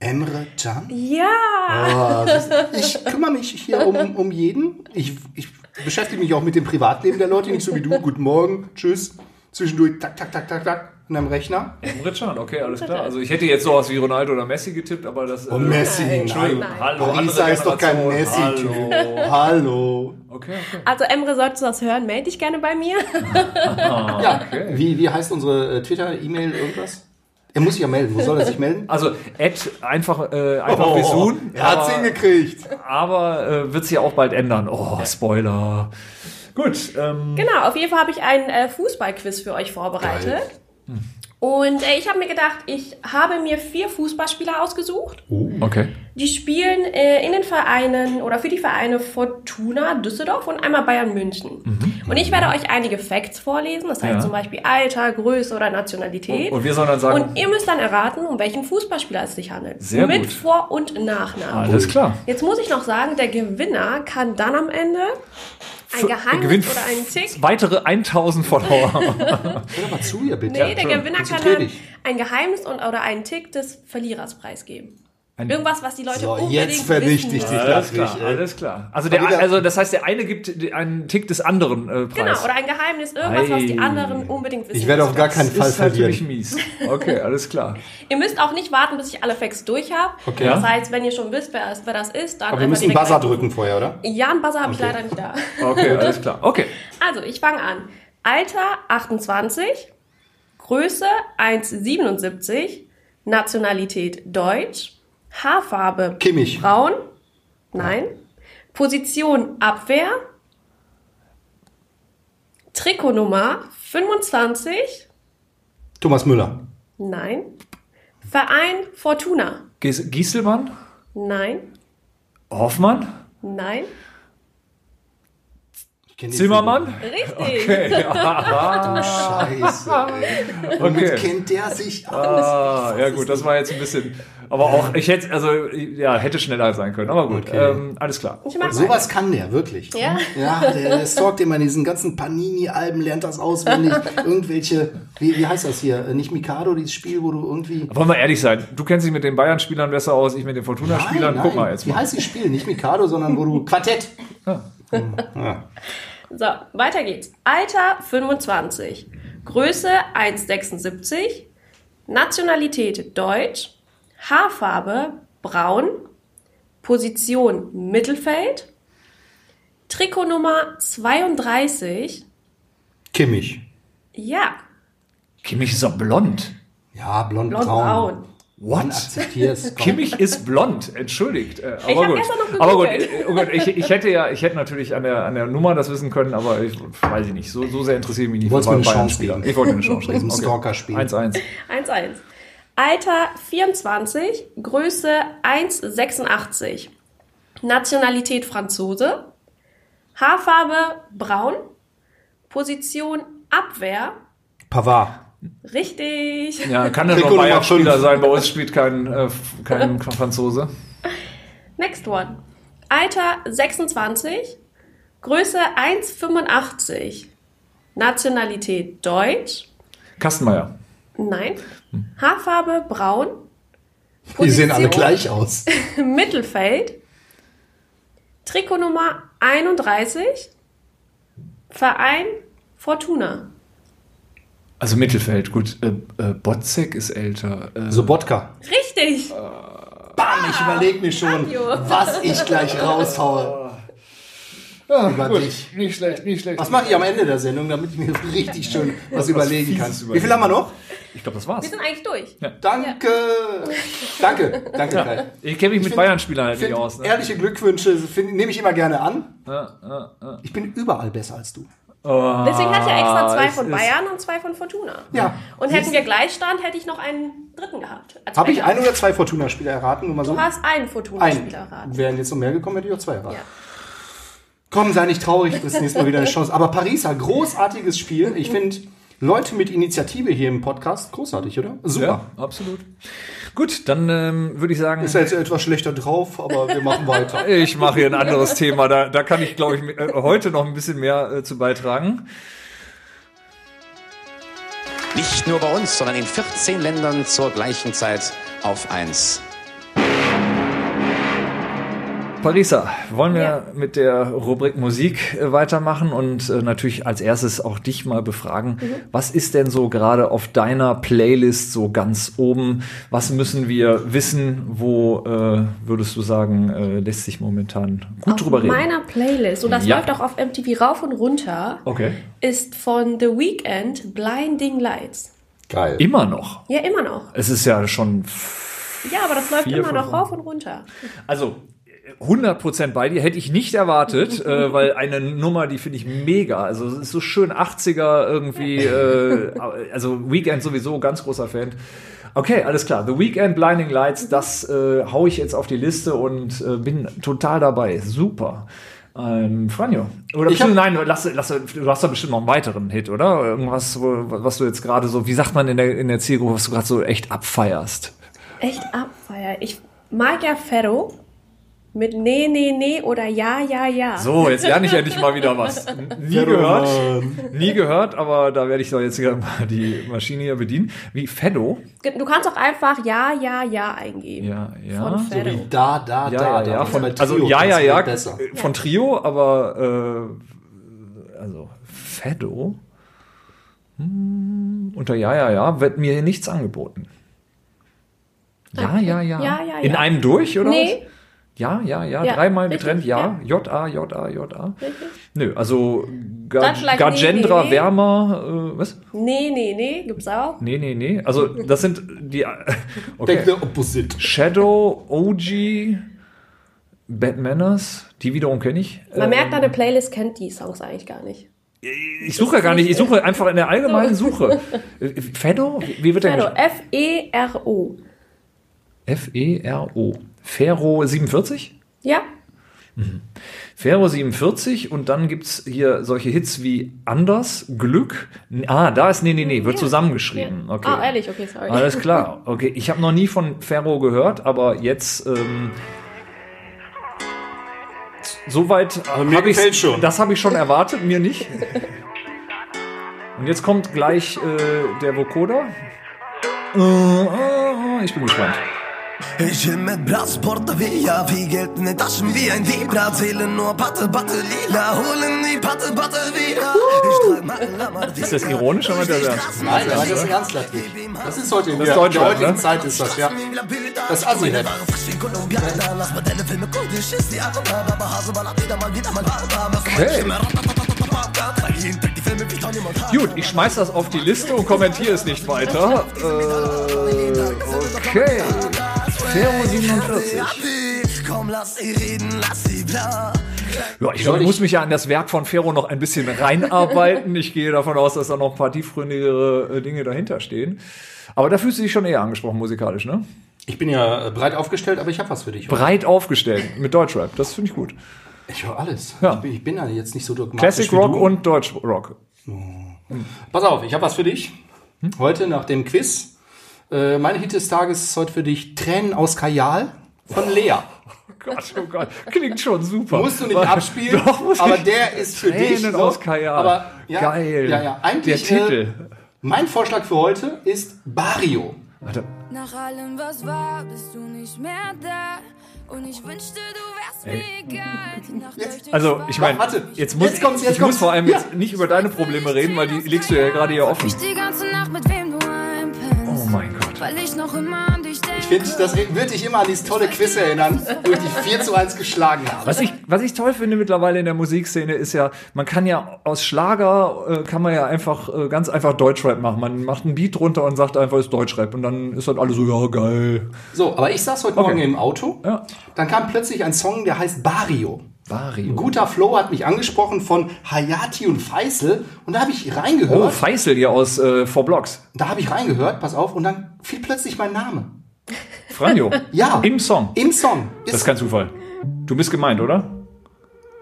Emre Can? Ja! Ah, siehst du, ich kümmere mich hier um, um jeden. Ich, ich beschäftige mich auch mit dem Privatleben der Leute, nicht so wie du. Guten Morgen, tschüss. Zwischendurch, tak, tak, tak, tak, tak, an deinem Rechner. Richard, okay, alles klar. Also ich hätte jetzt sowas wie Ronaldo oder Messi getippt, aber das. äh, Oh, Messi, nein. Entschuldigung, Nein. hallo. Parisa andere ist doch kein Generation. Messi-Typ. Hallo. Hallo. Okay, okay. Also Emre, solltest du das hören, melde dich gerne bei mir. Ah, Ja, wie, wie heißt unsere äh, Twitter-E-Mail irgendwas? Er muss sich ja melden. Wo soll er sich melden? Also, Ed einfach, äh, einfach Besun, Oh. er hat's aber, hingekriegt. aber äh, wird sich ja auch bald ändern. Oh, Spoiler. Gut, ähm, Genau, auf jeden Fall habe ich ein äh, Fußballquiz für euch vorbereitet. Geil. Hm. Und äh, ich habe mir gedacht, ich habe mir vier Fußballspieler ausgesucht. okay. Die spielen äh, in den Vereinen oder für die Vereine Fortuna Düsseldorf und einmal Bayern München. Und ich werde euch einige Facts vorlesen, das heißt Mhm. Ja. zum Beispiel Alter, Größe oder Nationalität. Und wir sollen dann sagen, Und ihr müsst dann erraten, um welchen Fußballspieler es sich handelt. Sehr Mit gut. Vor- und Nachnamen. alles klar. Jetzt muss ich noch sagen, der Gewinner kann dann am Ende ein Der Geheimnis gewinnt oder einen Tick weitere 1000 Follower. Hör doch mal zu ihr bitte. Nee, der schon. Gewinner kann halt Konzentrier dann dich. ein Geheimnis und, oder einen Tick des Verlierers preisgeben. Ein- Irgendwas, was die Leute So, unbedingt jetzt vernichte ich wissen. dich alles gleich. klar, alles klar. Also, der, Aber wieder- also das heißt, der eine gibt den- einen Tick des anderen äh, Genau, Preis. oder ein Geheimnis, irgendwas, was die Ei. anderen unbedingt wissen Ich werde auf müssen. gar keinen das Fall ist natürlich verlieren. mies. Okay, alles klar. Ihr müsst auch nicht warten, bis ich alle Facts durch habe. Okay. Das Ja. heißt, wenn ihr schon wisst, wer, es- wer das ist, dann Aber wir einfach müssen direkt Buzzer rein- drücken vorher, oder? Ja, einen Buzzer habe ich leider nicht da. Okay, alles klar. Okay. Also, ich fange an. Alter 28, Größe 1,77, Nationalität Deutsch, Haarfarbe Kimmich. Braun, nein, Position Abwehr, Trikotnummer 25, Thomas Müller. nein, Verein Fortuna, Gies Gieselmann? nein, Hoffmann? nein, Ich kenn die Zimmermann? richtig. Oh, Filme. Scheiße. Ey. Womit Okay. kennt der sich aus? Ah, ja gut, das war jetzt ein bisschen. Aber auch, ich hätte, also, ja, hätte schneller sein können. Aber gut, Okay. ähm, alles klar. Ich mach weiter. Sowas kann der, wirklich. Ja. Ja, der, der stalkt immer in diesen ganzen Panini-Alben, lernt das auswendig. Irgendwelche, wie, wie heißt das hier? Nicht Mikado, dieses Spiel, wo du irgendwie. Wollen wir ehrlich sein, du kennst dich mit den Bayern-Spielern besser aus, ich mit den Fortuna-Spielern. Guck mal jetzt Wie mal. heißt das Spiel? Nicht Mikado, sondern wo du. Quartett. So, weiter geht's. Alter 25, Größe 1,76, Nationalität Deutsch, Haarfarbe braun, Position Mittelfeld, Trikotnummer 32, Kimmich. ja, Kimmich ist doch blond. Ja, blond-braun. blond-braun. Mann, What? akzeptier's. komm. Kimmich ist blond, entschuldigt. Äh, aber hab gut. gestern noch aber gut, gegoogelt. äh, oh Gott, ich, ich hätte ja, ich hätte natürlich an der, an der Nummer das wissen können, aber ich weiß ich nicht. So, so sehr interessiert mich nicht. Du wolltest für mir eine Bayern- Chance Spieler. geben. Ich wollte mir eine Chance geben. Diesem Stalker-Spiel. 1-1. 1,1. Alter 24, Größe 1,86, Nationalität Franzose, Haarfarbe braun, Position Abwehr, Pavard. Richtig. Ja, kann ja nur Trikot Nummer Bayern-Spieler fünf. sein. Bei uns spielt kein, äh, f- kein Franzose. Next one. Alter 26, Größe 1,85, Nationalität Deutsch, Kastenmeier. nein, Haarfarbe braun, Hm. Die sehen alle Position. gleich aus. Mittelfeld, Trikotnummer 31, Verein Fortuna. Also Mittelfeld, gut. Äh, äh, Botzek ist älter. Äh, Sobotka. Richtig. Also Bam, ich überlege mir schon, Adio. was ich gleich raushaue. Ah, Über dich. Nicht schlecht, nicht schlecht. Was mache ich am Ende der Sendung, damit ich mir richtig schön was, was überlegen Fieses kann? Wie überlegen. viel haben wir noch? Ich glaube, das war's. Wir sind eigentlich durch. Danke. Danke. Danke, Kai. Ich kenne mich mit find- Bayern-Spielern halt Find, nicht aus. Ne? Ehrliche Glückwünsche find, nehme ich immer gerne an. Ja, ja, ja. Ich bin überall besser als du. Oh, Deswegen hat er extra zwei es von ist- Bayern und zwei von Fortuna. Ja. Und hätten wir Gleichstand, hätte ich noch einen dritten gehabt. Als Habe ich Becher. ein oder zwei Fortuna-Spieler erraten? Nur mal so. Du hast einen Ein. Fortuna-Spieler erraten. Wären jetzt noch mehr gekommen, hätte ich auch zwei erraten. Ja. Komm, sei nicht traurig, das nächste Mal wieder eine Chance. Aber Pariser, großartiges Spiel. Ich finde Leute mit Initiative hier im Podcast großartig, oder? Super. Ja, absolut. Gut, dann ähm, würde ich sagen, Ist ja jetzt etwas schlechter drauf, aber wir machen weiter. ich mache hier ein anderes Thema. Da, da kann ich, glaube ich, mit- äh, heute noch ein bisschen mehr äh, zu beitragen. Nicht nur bei uns, sondern in 14 Ländern zur gleichen Zeit auf 1. Parisa, wollen wir Ja. mit der Rubrik Musik äh, weitermachen und äh, natürlich als erstes auch dich mal befragen. Mhm. Was ist denn so gerade auf deiner Playlist so ganz oben? Was müssen wir wissen? Wo äh, würdest du sagen, äh, lässt sich momentan gut drüber auf reden? meiner Playlist, und das Ja. läuft auch auf MTV rauf und runter, Okay. ist von The Weeknd Blinding Lights. Geil. Immer noch. Ja, immer noch. Es ist ja schon Ja, aber das läuft Vier, immer fünf noch Mal. rauf und runter. Also 100% bei dir hätte ich nicht erwartet, äh, weil eine Nummer, die finde ich mega. Also es ist so schön 80er irgendwie. Äh, also Weekend sowieso ganz großer Fan. Okay, alles klar. The Weekend Blinding Lights, das äh, hau ich jetzt auf die Liste und äh, bin total dabei. Super. Ähm, Franjo. Oder Ich bist du- hab- nein, lass, lass, du hast da bestimmt noch einen weiteren Hit, oder? Irgendwas, wo- was du jetzt gerade so, wie sagt man in der, in der Zielgruppe, was du gerade so echt abfeierst. Echt abfeier. Ich mag ja Ferro mit Nee, Nee, Nee oder Ja, Ja, Ja. So, jetzt lerne ich endlich mal wieder was. N- Nie gehört. Nie gehört, aber da werde ich doch jetzt hier mal die Maschine hier bedienen. Wie Feddo. Du kannst auch einfach Ja, Ja, Ja eingeben. Ja, ja. Von So Ferro. wie da, da, da, Ja, ja, da. ja. Von, Bei Trio also, ja, ja, passt ja. äh, das Besser. Von Trio, aber äh, also Feddo. Hm, unter Ja, ja, ja wird mir hier nichts angeboten. Ja, ja, ja. Ja, ja, In ja. einem durch, oder? Nee. was? Ja, ja, ja. Ja, Dreimal richtig, getrennt, ja. ja. J-A, J-A, J-A. Richtig? Nö, also Ga Dann vielleicht Gajendra nee, nee, nee. Wärmer, äh, was? Nee, Nee, Nee gibt's auch. Nee, nee, nee. Also das sind die äh, Take the okay. opposite. Shadow, OG, Bad Manners, die wiederum kenne ich. Man Äh, merkt, deine Playlist kennt die Songs eigentlich gar nicht. ich suche ja gar nicht, ich suche einfach in der allgemeinen Suche. Äh, Feddo? Wie wird der Ferro, geschrieben? E F-E-R-O. E F-E-R-O. Ferro 47? Ja, Ferro 47 und dann gibt's hier solche Hits wie Anders, Glück. Ah, da ist nee, nee, nee, wird zusammengeschrieben. Okay. Ah, ehrlich? Okay, sorry. Alles klar. Okay, ich habe noch nie von Ferro gehört, aber jetzt ähm, soweit mir habe ich gefällt schon. das habe ich schon erwartet, mir nicht. Und jetzt kommt gleich äh, der Vokoda. Äh, äh, äh, Ich bin gespannt. Ich hin mit Blattsporte wie ja, wie Geld in den Taschen wie ein Dieb. Erzählen nur Patte, Patte, Lila, holen die Patte, Patte wieder. Ich trag mal Lammer, Ist das ironisch oder der Ernst? Nein, aber das ist ganz Landwig. Das ist heute in Das der ist Deutschland, heutigen ne? Zeit ist das, ja. Das ist Assi-Rap. Okay. Gut, ich schmeiß das auf die Liste und kommentiere es nicht weiter. Äh, okay. Ferro 47. Komm, lass sie reden, lass sie bla. Ja, ich, glaub, ich muss mich ja an das Werk von Ferro noch ein bisschen reinarbeiten. Ich gehe davon aus, dass da noch ein paar tiefgründigere äh, Dinge dahinter stehen. Aber da fühlst du dich schon eher angesprochen musikalisch, ne? Ich bin ja äh, breit aufgestellt, aber ich habe was für dich. Breit aufgestellt mit Deutschrap, das finde ich gut. Ich höre alles. Ja. Ich, bin, ich bin ja jetzt nicht so dogmatisch. Classic wie Rock du. und Deutschrock. Pass auf, ich habe was für dich. Hm? Heute nach dem Quiz. Äh, mein Hit des Tages ist heute für dich Tränen aus Kajal von Lea. Oh Gott, oh Gott, klingt schon super. Musst du nicht abspielen, Doch, muss aber ich. der ist für dich. Tränen so. aus Kajal. Aber, ja, Geil. Ja, ja. Eigentlich, der Äh, Titel. mein Vorschlag für heute ist Barrio. Warte. Nach allem, was war, bist du nicht mehr da. Und ich wünschte, du wärst mir egal. Die Nacht leuchtet Also, ich meine, Warte, jetzt muss jetzt kommt's, jetzt ich muss kommt's. vor allem Ja. jetzt nicht über deine Probleme reden, weil die legst du ja gerade hier offen. Ich die ganze Nacht mit wem du Oh einpennst. mein Gott. Weil ich noch immer an dich denke. Ich finde, das wird dich immer an dieses tolle Quiz erinnern, wo ich dich 4 zu 1 geschlagen habe. Was ich, was ich toll finde mittlerweile in der Musikszene ist ja, man kann ja aus Schlager, äh, kann man ja einfach äh, ganz einfach Deutschrap machen. Man macht einen Beat runter und sagt einfach, ist Deutschrap. Und dann ist halt alle so, ja, geil. So, aber ich saß heute Okay. Morgen im Auto. Ja. Dann kam plötzlich ein Song, der heißt Barrio. Barrio. Ein guter Flow hat mich angesprochen von Hayati und Feisel. Und da habe ich reingehört. Oh, Feisel hier aus äh, Four Blocks. Da habe ich reingehört, pass auf, und dann fiel plötzlich mein Name. Franjo. Ja. Im Song. Im Song. Das ist Ist, kein Zufall. Du bist gemeint, oder?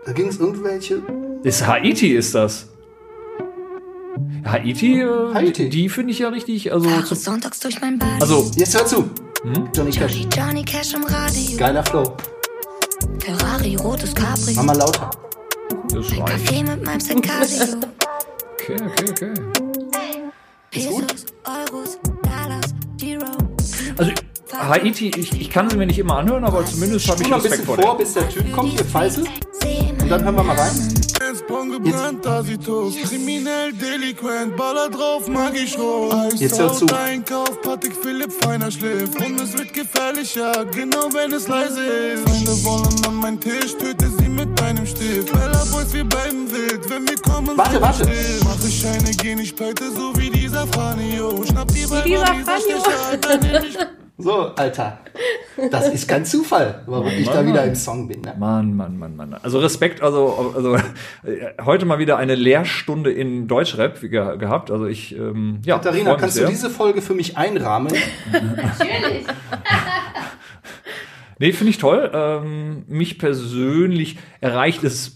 da ging es irgendwelche. Ist Haiti ist das. Haiti, äh, Haiti. die finde ich ja richtig, also, zu, Sonntags durch mein Bad. also Jetzt hör zu. Hm? Johnny Cash. Johnny Cash im Radio. Geiler Flow. Ferrari, rotes Cabrio. Mach mal lauter. das reicht. Kaffee mit meinem Sicario. Okay, okay, okay. Pesos, Euros, Dollars, Giro. Also Haiti, ich, ich kann sie mir nicht immer anhören, aber zumindest habe ich Noch ein bisschen Respekt vor der. vor, bis der Typ kommt, ihr Pfeife. Und dann hören wir mal rein. Kriminell, delinquent, baller drauf, magisch rot. Jetzt hör zu. Einkauf, Patrick Philipp, feiner Schliff. Und es wird gefährlicher, genau wenn es leise ist. Freunde wollen an meinen Tisch, töte sie mit deinem Stift. Bella Boys, wir bleiben wild, wenn wir kommen. Warte, warte. Mach ich eine, geh nicht pleite, so wie dieser Franio. Schnapp die bei dieser Marisa, Franjo. steche, Alter, nimm dich So, Alter. Das ist kein Zufall, warum ich da wieder im Song bin. Ne? Mann, Mann, Mann, Mann. Also Respekt, also, also äh, heute mal wieder eine Lehrstunde in Deutschrap ge gehabt. Also ich, ähm, ja. freu Katharina, mich kannst du sehr. diese Folge für mich einrahmen? Natürlich. Nee, finde ich toll. Ähm, mich persönlich erreicht es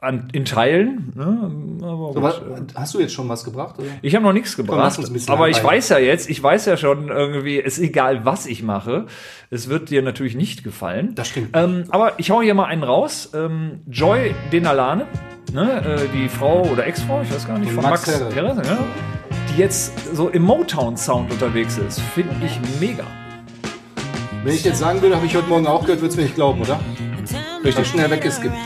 an, in Teilen. Ne? Aber So, gut. was, hast du jetzt schon was gebracht? Oder? Ich habe noch nichts gebracht, lass uns ein bisschen aber ich langweilen. weiß ja jetzt, ich weiß ja schon irgendwie, es ist egal, was ich mache, es wird dir natürlich nicht gefallen. Das stimmt. Ähm, aber ich hau hier mal einen raus. Ähm, Joy Denalane, ne, äh, die Frau oder Ex-Frau, ich weiß gar nicht, von Max, Max Max Herre. ja, die jetzt so im Motown-Sound unterwegs ist, finde ich mega. Wenn ich jetzt sagen würde, habe ich heute Morgen auch gehört, würdest du mir nicht glauben, oder? Richtig schnell weggeskippt.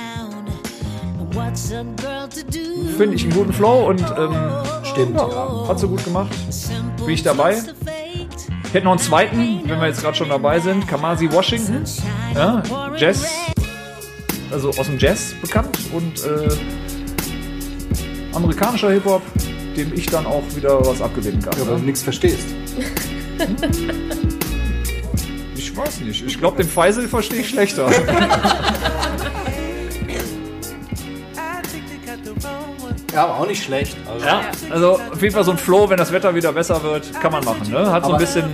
Finde ich einen guten Flow und ähm, Stimmt. Ja. ja, hat so gut gemacht. Bin ich dabei. Ich hätte noch einen zweiten, wenn wir jetzt gerade schon dabei sind. Kamasi Washington. Ja, Jazz. Also aus dem Jazz bekannt und äh, amerikanischer Hip-Hop, dem ich dann auch wieder was abgewinnen kann. ne? Ja, weil du nichts verstehst. Ich weiß nicht. Ich glaube, den Faisal verstehe ich schlechter. Ja, aber auch nicht schlecht. Also, ja, also auf jeden Fall so ein Flow, wenn das Wetter wieder besser wird, kann man machen. Ne? Hat so ein Aber- bisschen.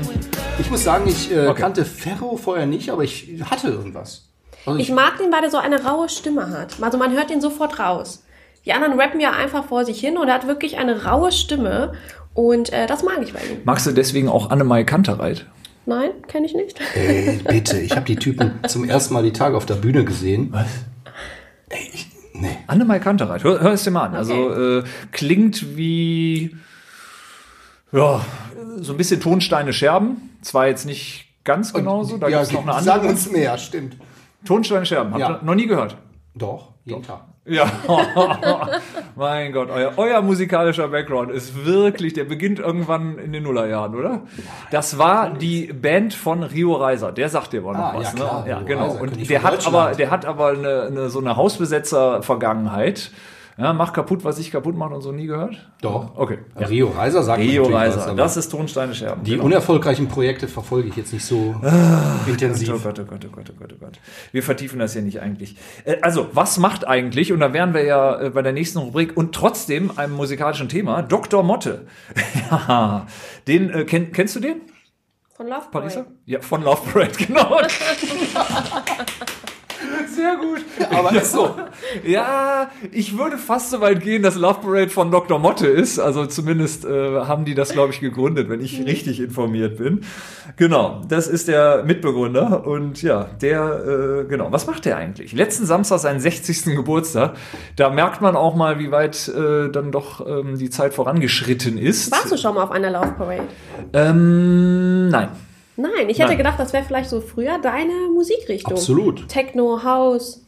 Ich muss sagen, ich äh, Okay. kannte Ferro vorher nicht, aber ich hatte irgendwas. Also Ich mag den, weil er so eine raue Stimme hat. Also man hört ihn sofort raus. Die anderen rappen ja einfach vor sich hin und er hat wirklich eine raue Stimme. Und äh, das mag ich bei ihm. Magst du deswegen auch Annemai Kantereit? Nein, kenne ich nicht. Ey, Äh, bitte, ich habe die Typen zum ersten Mal die Tage auf der Bühne gesehen. Was? Ey, ich, nee. Annemai Kantereit, hör, hör es dir mal an. Also äh, klingt wie ja, so ein bisschen Tonsteine Scherben. Zwar jetzt nicht ganz genauso, Genau da ja, gibt es noch eine andere. Sag uns mehr, stimmt. Tonsteine Scherben, habt Ja. ihr noch nie gehört. Doch, jeden Tag. Ja, mein Gott, euer, euer musikalischer Background ist wirklich, der beginnt irgendwann in den Nullerjahren, oder? Das war die Band von Rio Reiser, der sagt dir wohl noch Ah, was, ja, klar, ne? Ja, Rio genau. Reiser, kenn Und ich der von hat aber, Deutschland. der hat aber eine, eine, so eine Hausbesetzer-Vergangenheit. Ja, mach kaputt, was ich kaputt mache und so nie gehört. Doch. Okay. Ja. Also Rio Reiser sagt mir Rio natürlich was, Reiser, aber das ist Tonsteine Scherben. genau. die unerfolgreichen Projekte verfolge ich jetzt nicht so Oh intensiv. Gott, oh Gott, oh Gott, oh Gott, oh Gott. Wir vertiefen das hier nicht eigentlich. Äh, Also, was macht eigentlich, und da wären wir ja äh, bei der nächsten Rubrik und trotzdem einem musikalischen Thema, Dr. Motte. ja, den, äh, kenn, kennst du den? Von Love Boy. Pariser? Ja, von Love genau. Parade, genau. Sehr gut. Aber ist so. Ja, ich würde fast so weit gehen, dass Love Parade von Dr. Motte ist. Also zumindest äh, haben die das, glaube ich, gegründet, wenn ich richtig informiert bin. Genau, das ist der Mitbegründer. Und ja, der, äh, genau, was macht der eigentlich? Letzten Samstag seinen 60. Geburtstag. Da merkt man auch mal, wie weit äh, dann doch ähm, die Zeit vorangeschritten ist. Warst du schon mal auf einer Love Parade? Ähm, nein. Nein, ich hätte Nein. gedacht, das wäre vielleicht so früher deine Musikrichtung. Absolut. Techno, House.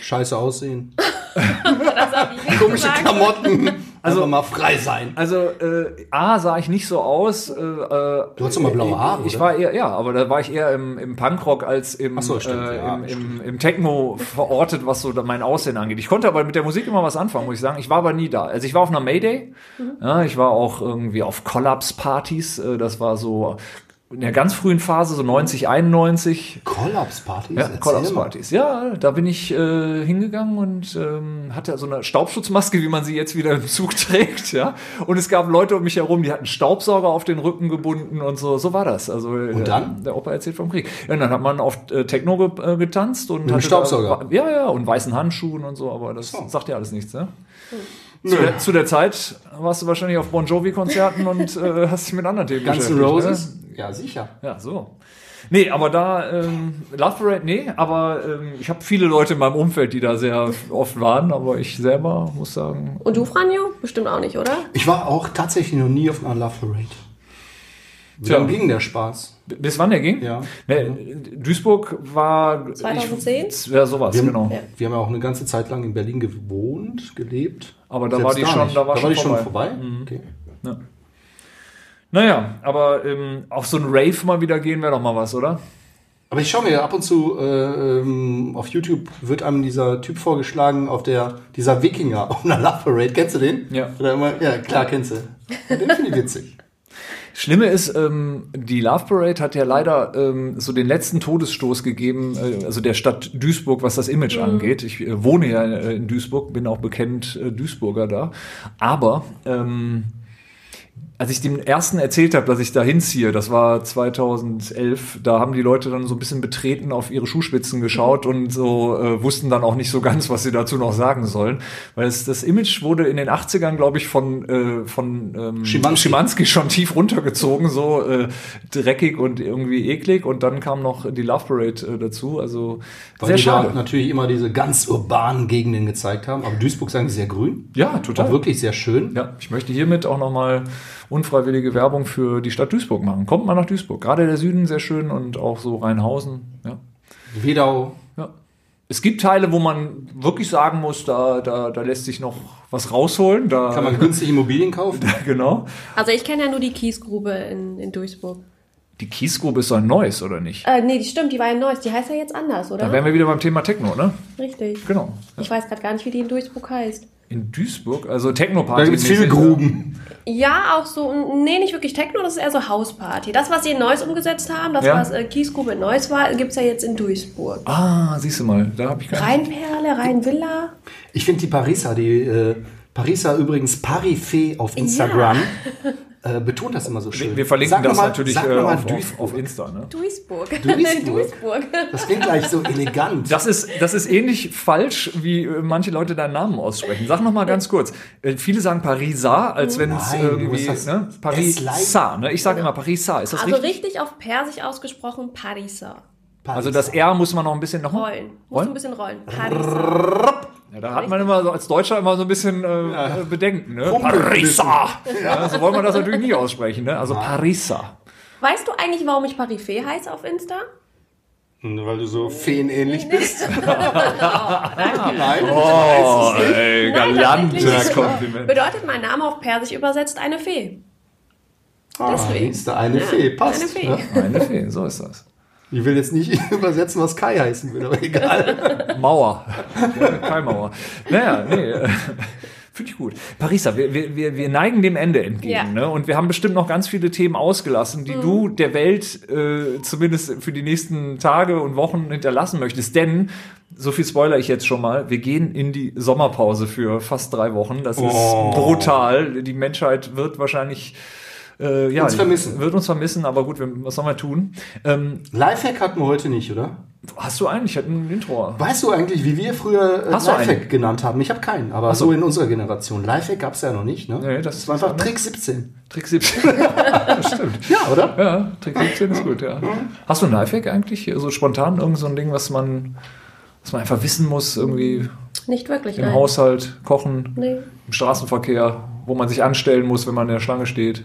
Scheiße aussehen. Das hab ich nicht Komische gesagt. Klamotten. Also- Also mal frei sein. Also äh, A sah ich nicht so aus. Äh, äh, Du hast doch mal blaue Haare, Ich oder? war eher, ja, aber da war ich eher im, im Punkrock als im, Ach so, stimmt, äh, ja, im, im, im Techno verortet, was so da mein Aussehen angeht. Ich konnte aber mit der Musik immer was anfangen, muss ich sagen. Ich war aber nie da. Also ich war auf einer Mayday, ja, ich war auch irgendwie auf Collapse-Partys. Äh, das war so in der ganz frühen Phase, so 90, 91. Kollapspartys? Ja, Erzähl mal. Collapse-Partys. Ja, da bin ich äh, hingegangen und ähm, hatte so eine Staubschutzmaske, wie man sie jetzt wieder im Zug trägt. Ja, und es gab Leute um mich herum, die hatten Staubsauger auf den Rücken gebunden und so. So war das. Also und dann? Äh, der Opa erzählt vom Krieg. Ja, und dann hat man auf äh, Techno ge äh, getanzt und mit dem Staubsauger? Da, ja, ja, und weißen Handschuhen und so. Aber das So. sagt ja alles nichts. Ne? Zu, der, zu der Zeit warst du wahrscheinlich auf Bon Jovi-Konzerten und äh, hast dich mit anderen Themen Guns N' beschäftigt. Ne? Roses? Ja, sicher. Ja, so. Nee, aber da, ähm, Love Parade, nee, aber ähm, ich habe viele Leute in meinem Umfeld, die da sehr oft waren, aber ich selber muss sagen, Und du, Franjo? Bestimmt auch nicht, oder? Ich war auch tatsächlich noch nie auf einer Love Parade. Wie lange ging der Spaß? Bis wann der ging? Ja. Mhm. Ne, Duisburg war. 2010? Ich, ja, sowas, Wir haben, genau. Ja. wir haben ja auch eine ganze Zeit lang in Berlin gewohnt, gelebt. Aber da Selbst war die schon- nicht. da war schon die schon vorbei. Mhm. vorbei. Okay. Naja, aber ähm, auf so ein Rave mal wieder gehen wäre doch mal was, oder? Aber ich schaue mir ja ab und zu äh, ähm, auf YouTube wird einem dieser Typ vorgeschlagen, auf der dieser Wikinger auf einer Love Parade. Kennst du den? Ja. Oder immer, ja, klar, kennst du. Den finde ich witzig. Schlimme ist, ähm, die Love Parade hat ja leider ähm, so den letzten Todesstoß gegeben, äh, also der Stadt Duisburg, was das Image angeht. Ich äh, wohne ja äh, in Duisburg, bin auch bekannt äh, Duisburger da. Aber ähm, als ich dem ersten erzählt habe, dass ich da hinziehe, das war 2011, da haben die Leute dann so ein bisschen betreten auf ihre Schuhspitzen geschaut und so äh, wussten dann auch nicht so ganz, was sie dazu noch sagen sollen. Weil es, das Image wurde in den 80ern, glaube ich, von, äh, von ähm, Schimanski. Schimanski schon tief runtergezogen, so äh, dreckig und irgendwie eklig. Und dann kam noch die Love Parade äh, dazu. Also Weil sehr die da schade. natürlich immer diese ganz urbanen Gegenden gezeigt haben. Aber Duisburg sagen sie sehr grün. Ja, Auch total. wirklich sehr schön. Ja, ich möchte hiermit auch nochmal unfreiwillige Werbung für die Stadt Duisburg machen. Kommt mal nach Duisburg. Gerade der Süden sehr schön und auch so Rheinhausen. Ja, Wedau. ja. Es gibt Teile, wo man wirklich sagen muss, da, da, da lässt sich noch was rausholen. Da, Kann man günstig Immobilien kaufen? genau. Also ich kenne ja nur die Kiesgrube in, in Duisburg. Die Kiesgrube ist doch ein neues, oder nicht? Äh, nee, die stimmt, die war in Neuss. Die heißt ja jetzt anders, Da oder? wären wir wieder beim Thema Techno, ne? Richtig. Genau. Ich weiß gerade gar nicht, wie die in Duisburg heißt. In Duisburg, also Technoparty. Da gibt es viele mäßig, Gruben. Ja, auch so, nee, nicht wirklich Techno, das ist eher so Hausparty. Das, was sie in Neuss umgesetzt haben, das, Ja. was äh, Kiesgrube in Neuss war, gibt's ja jetzt in Duisburg. Ah, siehst du mal, da habe ich gar Rheinperle, Rheinvilla. Ich finde die Pariser, die äh, Pariser übrigens Parifee auf Instagram, äh, betont das immer so schön. Wir verlinken Sag noch das mal- natürlich sag äh, noch mal auf, auf, auf Insta, ne? Duisburg. Duisburg. Duisburg. Das klingt gleich so elegant. Das ist, das ist ähnlich falsch, wie äh, manche Leute deinen Namen aussprechen. Sag noch mal ganz kurz. Äh, Viele sagen Parisa, als wenn es Oh Nein, du irgendwie musst das- ne? es leicht- Parisa. Ne? Ich sage immer Parisa. Ist das Also richtig? richtig auf Persisch ausgesprochen, Pariser. Also das R muss man noch ein bisschen noch Rollen. Muss Rollen? ein bisschen rollen. Pariser. Ja, da hat man immer so als Deutscher immer so ein bisschen äh, äh, Bedenken. Ne? Rumpel- Parisa. Ja, so wollen wir das natürlich nie aussprechen. Ne? Also Parisa. Weißt du eigentlich, warum ich Parifee heiße auf Insta? Hm, Weil du so feenähnlich bist. Nein. Oh, ey, Nein, galantes tatsächlich nicht. Kompliment. Bedeutet mein Name auf Persisch übersetzt eine Fee. Ah, Deswegen. ist da eine Fee. Passt. eine Fee. Ne? Meine Fee, so ist das. Ich will jetzt nicht übersetzen, was Kai heißen will, aber egal. Mauer. Keine Mauer. Naja, nee. äh, Finde ich gut. Parisa, wir, wir, wir wir neigen dem Ende entgegen. Ja. Ne? Und wir haben bestimmt noch ganz viele Themen ausgelassen, die du der Welt äh, zumindest für die nächsten Tage und Wochen hinterlassen möchtest. Denn, so viel spoiler ich jetzt schon mal, wir gehen in die Sommerpause für fast drei Wochen. Das Oh. ist brutal. Die Menschheit wird wahrscheinlich. Äh, ja, Uns vermissen. Wird uns vermissen, aber gut, wir, was sollen wir tun? Ähm, Lifehack hatten wir heute nicht, oder? hast du einen? Ich hatte ein Intro. Weißt du eigentlich, wie wir früher äh, Hast du Lifehack einen? genannt haben? Ich habe keinen, aber so. so in unserer Generation. Lifehack gab es ja noch nicht, ne? Nee, das war ist einfach anders. Trick 17. Trick 17. Ja, oder? Ja, Trick 17 ist gut, ja. Hast du ein Lifehack eigentlich? So spontan irgend so ein Ding, was man, was man einfach wissen muss, irgendwie Nicht wirklich, im nein. Haushalt, Kochen, Nee. im Straßenverkehr, wo man sich anstellen muss, wenn man in der Schlange steht.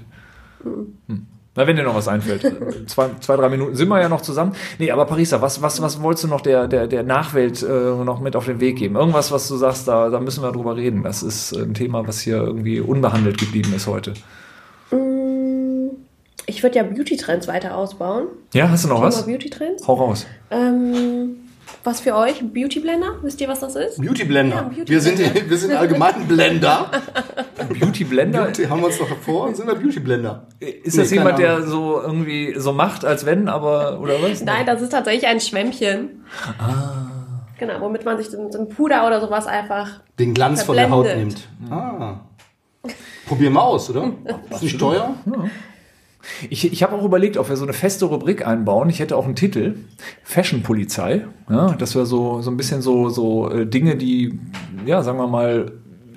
Hm. Mhm. Na, wenn dir noch was einfällt. zwei, zwei, drei Minuten sind wir ja noch zusammen. Nee, aber Parisa, was, was, was wolltest du noch der, der, der Nachwelt äh, noch mit auf den Weg geben? Irgendwas, was du sagst, da, da müssen wir drüber reden. Das ist ein Thema, was hier irgendwie unbehandelt geblieben ist heute. Ich würde ja Beauty-Trends weiter ausbauen. Ja, hast du noch was? Thema Beauty-Trends. Hau raus. Ähm, was für euch? Beauty-Blender? Wisst ihr, was das ist? Beauty Blender. Ja, Beauty wir, sind, Blender. wir sind allgemein Blender. Beauty Blender? Die haben wir uns noch vor und sind wir Beauty Blender. Ist das Nee, keine jemand, der Ahnung. so irgendwie so macht, als wenn, aber oder was? Nein, das ist tatsächlich ein Schwämmchen. Ah. Genau, womit man sich so mit so einem Puder oder sowas einfach. Den Glanz von der Haut Verblendet. nimmt. Hm. Ah. Probieren wir aus, oder? Ist nicht teuer? Ich, ich habe auch überlegt, ob wir so eine feste Rubrik einbauen. Ich hätte auch einen Titel: Fashion Polizei. Ja, dass wir so so ein bisschen so so äh, Dinge, die ja sagen wir mal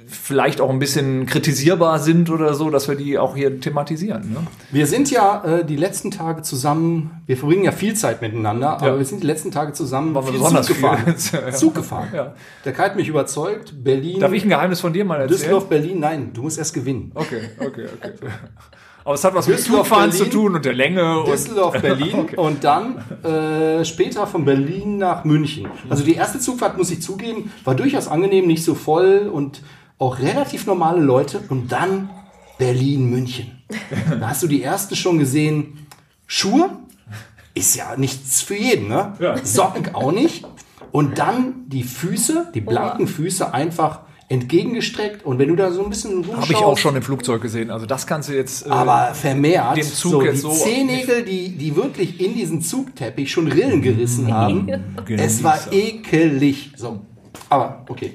vielleicht auch ein bisschen kritisierbar sind oder so, dass wir die auch hier thematisieren. Ne? Wir sind ja äh, die letzten Tage zusammen, wir verbringen ja viel Zeit miteinander, aber wir sind die letzten Tage zusammen Waren wir besonders Zug gefahren. viel. Ja. Zug gefahren. Ja. Der Kai hat mich überzeugt, Berlin, Darf ich ein Geheimnis von dir mal erzählen? Düsseldorf, Berlin, nein, du musst erst gewinnen. Okay, okay, okay. Aber es hat was mit Düsseldorf, Zugfahren zu Berlin. tun und der Länge. Und Düsseldorf, Berlin und dann äh, später von Berlin nach München. Mhm. Also die erste Zugfahrt, muss ich zugeben, war durchaus angenehm, nicht so voll und auch relativ normale Leute. Und dann Berlin, München. Da hast du die ersten schon gesehen. Schuhe ist ja nichts für jeden, ne? Ja. Socken auch nicht. Und dann die Füße, die blanken Füße einfach entgegengestreckt. Und wenn du da so ein bisschen habe ich auch schon im Flugzeug gesehen. Also das kannst du jetzt. äh, aber vermehrt dem Zug so die jetzt so- Zehennägel, die, die wirklich in diesen Zugteppich schon Rillen Mhm. gerissen haben. Genau. es war ekelig. So. Aber okay.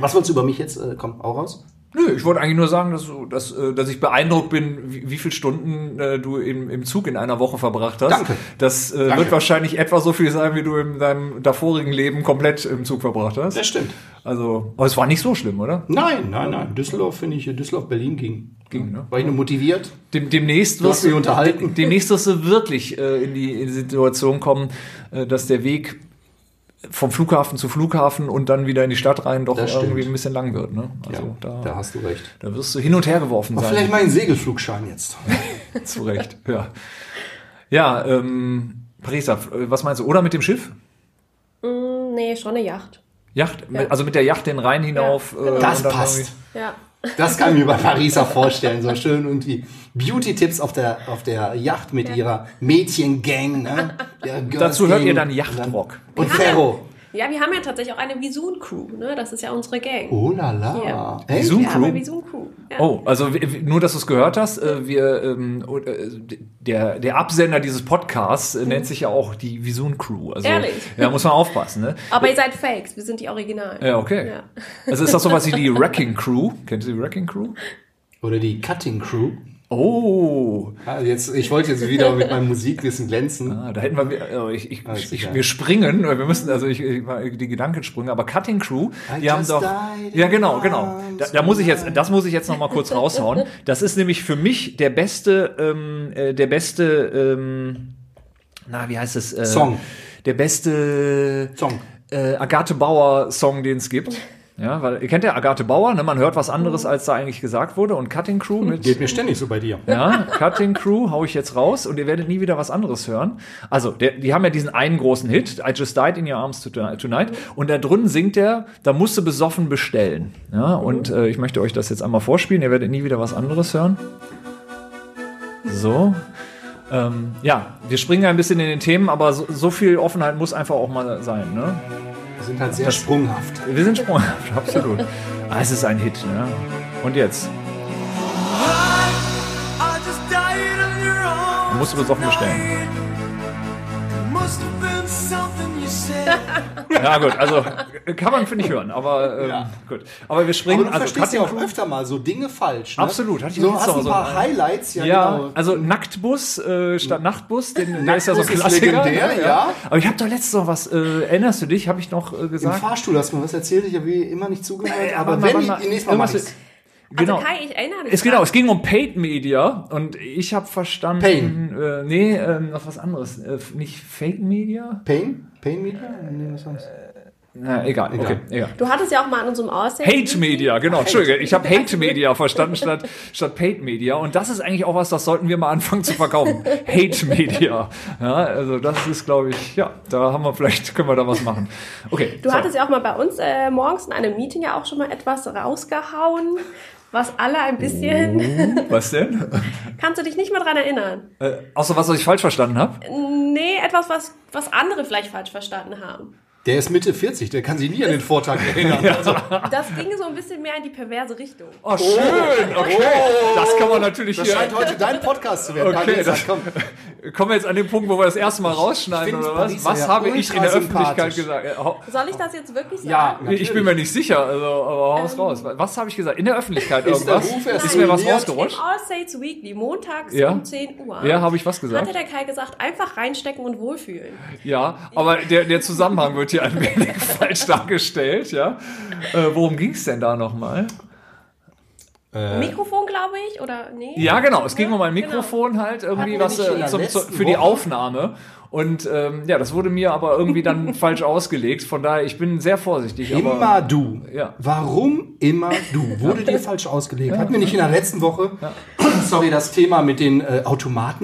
Was wolltest du über mich jetzt? Äh, komm, auch raus. Nö, ich wollte eigentlich nur sagen, dass, du- dass, äh, dass ich beeindruckt bin, wie, wie viele Stunden äh, du im, im Zug in einer Woche verbracht hast. Danke. Das äh, wird wahrscheinlich etwa so viel sein, wie du in deinem davorigen Leben komplett im Zug verbracht hast. stimmt. Also, aber es war nicht so schlimm, oder? Nein, nein, nein. Düsseldorf finde ich, Düsseldorf, Berlin ging. Ging, ne? War ich nur motiviert? Dem, demnächst Du hast wirst mich unterhalten. demnächst wirst du wirklich äh, in, die, in die Situation kommen, äh, dass der Weg vom Flughafen zu Flughafen und dann wieder in die Stadt rein doch Das stimmt. irgendwie ein bisschen lang wird. Ne? Also ja, da, da. hast du recht. da wirst du hin und her geworfen Aber sein. vielleicht mal einen Segelflugschein jetzt. Zu Recht, ja. Ja, ähm, Parisa, f- äh, was meinst du? Oder mit dem Schiff? Hm, Nee, schon eine Yacht. Yacht, mit- also mit der Yacht den Rhein hinauf. genau. äh, Das und dann passt. irgendwie- Ja. Das kann ich mir bei Pariser vorstellen. So schön irgendwie Beauty-Tipps auf der, auf der Yacht mit ihrer Mädchengang. Ne? Der Girls Dazu hört ihr Gang. dann Yachtrock. Und Ferro. Ja, wir haben ja tatsächlich auch eine Visun-Crew, ne? Das ist ja unsere Gang. Oh la la. Ja. Echt? Zoom Wir haben eine Crew. Visun-Crew. Ja. Oh, also w- w- nur, dass du es gehört hast, äh, wir, ähm, und, äh, der, der Absender dieses Podcasts äh, nennt sich ja auch die Visun Crew. Also, Ehrlich? Ja, muss man aufpassen, ne? Aber ihr seid Fakes, wir sind die Originalen. Ja, okay. Ja. Also ist das sowas wie die Wrecking Crew? Kennt ihr die Wrecking Crew? Oder die Cutting Crew. Oh, Ah, jetzt, ich wollte jetzt wieder mit meinem Musikwissen glänzen. Ah, da hätten wir, also ich, ich, Alles ich, klar. wir springen, wir müssen, also ich, ich die Gedankensprünge, aber Cutting Crew, I die haben just doch, died ja in genau, arms genau. Da, da muss ich jetzt, das muss ich jetzt noch mal kurz raushauen. Das ist nämlich für mich der beste, ähm, äh, der beste, ähm, na wie heißt es? Äh, Song. Der beste Song. äh, Agathe Bauer Song, den es gibt. Ja, weil ihr kennt ja Agathe Bauer, ne? Man hört was anderes, Mhm. als da eigentlich gesagt wurde. Und Cutting Crew mit Geht mir ständig so bei dir. ja, Cutting Crew hau ich jetzt raus und ihr werdet nie wieder was anderes hören. Also, der, die haben ja diesen einen großen Hit, I Just Died in Your Arms Tonight. tonight. Und da drin singt er, da musst du besoffen bestellen. Ja, und äh, ich möchte euch das jetzt einmal vorspielen, ihr werdet nie wieder was anderes hören. So. Ähm, ja, wir springen ein bisschen in den Themen, aber so, so viel Offenheit muss einfach auch mal sein. Ne? Wir sind halt sehr sprunghaft. Wir sind sprunghaft, absolut. Ah, es ist ein Hit. Ne? Und jetzt? Du musst du besoffen bestellen. Ja gut, also äh, kann man finde ich hören, aber ähm, gut. Aber wir springen Aber du also verstehst ja auch Cutting Crew- öfter mal so Dinge falsch. Ne? Absolut, hatte ich so letztes hast Mal ein so paar einen. Highlights. Ja, ja, genau. also Nacktbus äh, statt Nachtbus, den, der ist ja so ein Nacktbus ist Klassiker. legendär, ne? ja. Aber ich habe doch letztens noch was, äh, erinnerst du dich, habe ich noch äh, Im gesagt? Äh, Fahrstuhl hast du mir was erzählt. Ich habe wie immer nicht zugehört. Aber warte mal, wenn warte ich mal. nächstes Mal mach Irgendwas- ich's. Genau. Also Kai, ich erinnere mich. Es, genau, es ging um Paid Media und ich habe verstanden. Pain. Äh, nee, äh, noch was anderes. Äh, nicht Fake Media? Pain? Pain Media? Nee, was sonst? Na, egal, okay, egal. Du hattest ja auch mal an unserem Aussehen. Hate Media, genau. Entschuldige, ich habe Hate Media verstanden statt, statt Paid Media. Und das ist eigentlich auch was, das sollten wir mal anfangen zu verkaufen. Hate Media. Ja, also das ist, glaube ich, ja, da haben wir vielleicht, können wir da was machen. Okay. Du so. hattest ja auch mal bei uns äh, morgens in einem Meeting ja auch schon mal etwas rausgehauen, was alle ein Oh. bisschen. Was denn? Kannst du dich nicht mehr dran erinnern? Äh, außer was, was ich falsch verstanden habe? Nee, etwas, was, was andere vielleicht falsch verstanden haben. Der ist Mitte 40, der kann sich nie an den Vortag erinnern. Das ging so ein bisschen mehr in die perverse Richtung. Ah. Oh, schön. Okay. Das kann man natürlich Das hier. scheint heute dein Podcast zu werden. Okay, Daniel, das- sag, komm. Kommen wir jetzt an den Punkt, wo wir das erste Mal rausschneiden find's oder was? Paris Was ja habe ich in der ultra Öffentlichkeit sympathisch. gesagt? Äh, hau- Soll ich das jetzt wirklich sagen? Ja, Ich bin mir nicht sicher, also, aber haus raus. Was habe ich gesagt? In der Öffentlichkeit irgendwas? Ähm, der Ruf Ist mir was ruiniert? Im rausgerutscht? All States Weekly, montags Ja. um 10 Uhr. Ja, habe ich was hatte gesagt? der Kai gesagt, einfach reinstecken und wohlfühlen. Ja, aber der, der Zusammenhang wird hier ein wenig falsch dargestellt, ja. Äh, worum ging es denn da nochmal? Mikrofon, glaube ich, oder nee? Ja, genau. Es ging Ja, um ein Mikrofon halt irgendwie Hatten wir was nicht in äh, der zum, zu, letzten für die Woche? Aufnahme. Und ähm, ja, das wurde mir aber irgendwie dann falsch ausgelegt. Von daher, ich bin sehr vorsichtig. Immer aber, du. Ja. Warum immer du? Wurde dir falsch ausgelegt? Hatten wir nicht in der letzten Woche, sorry, das Thema mit den äh,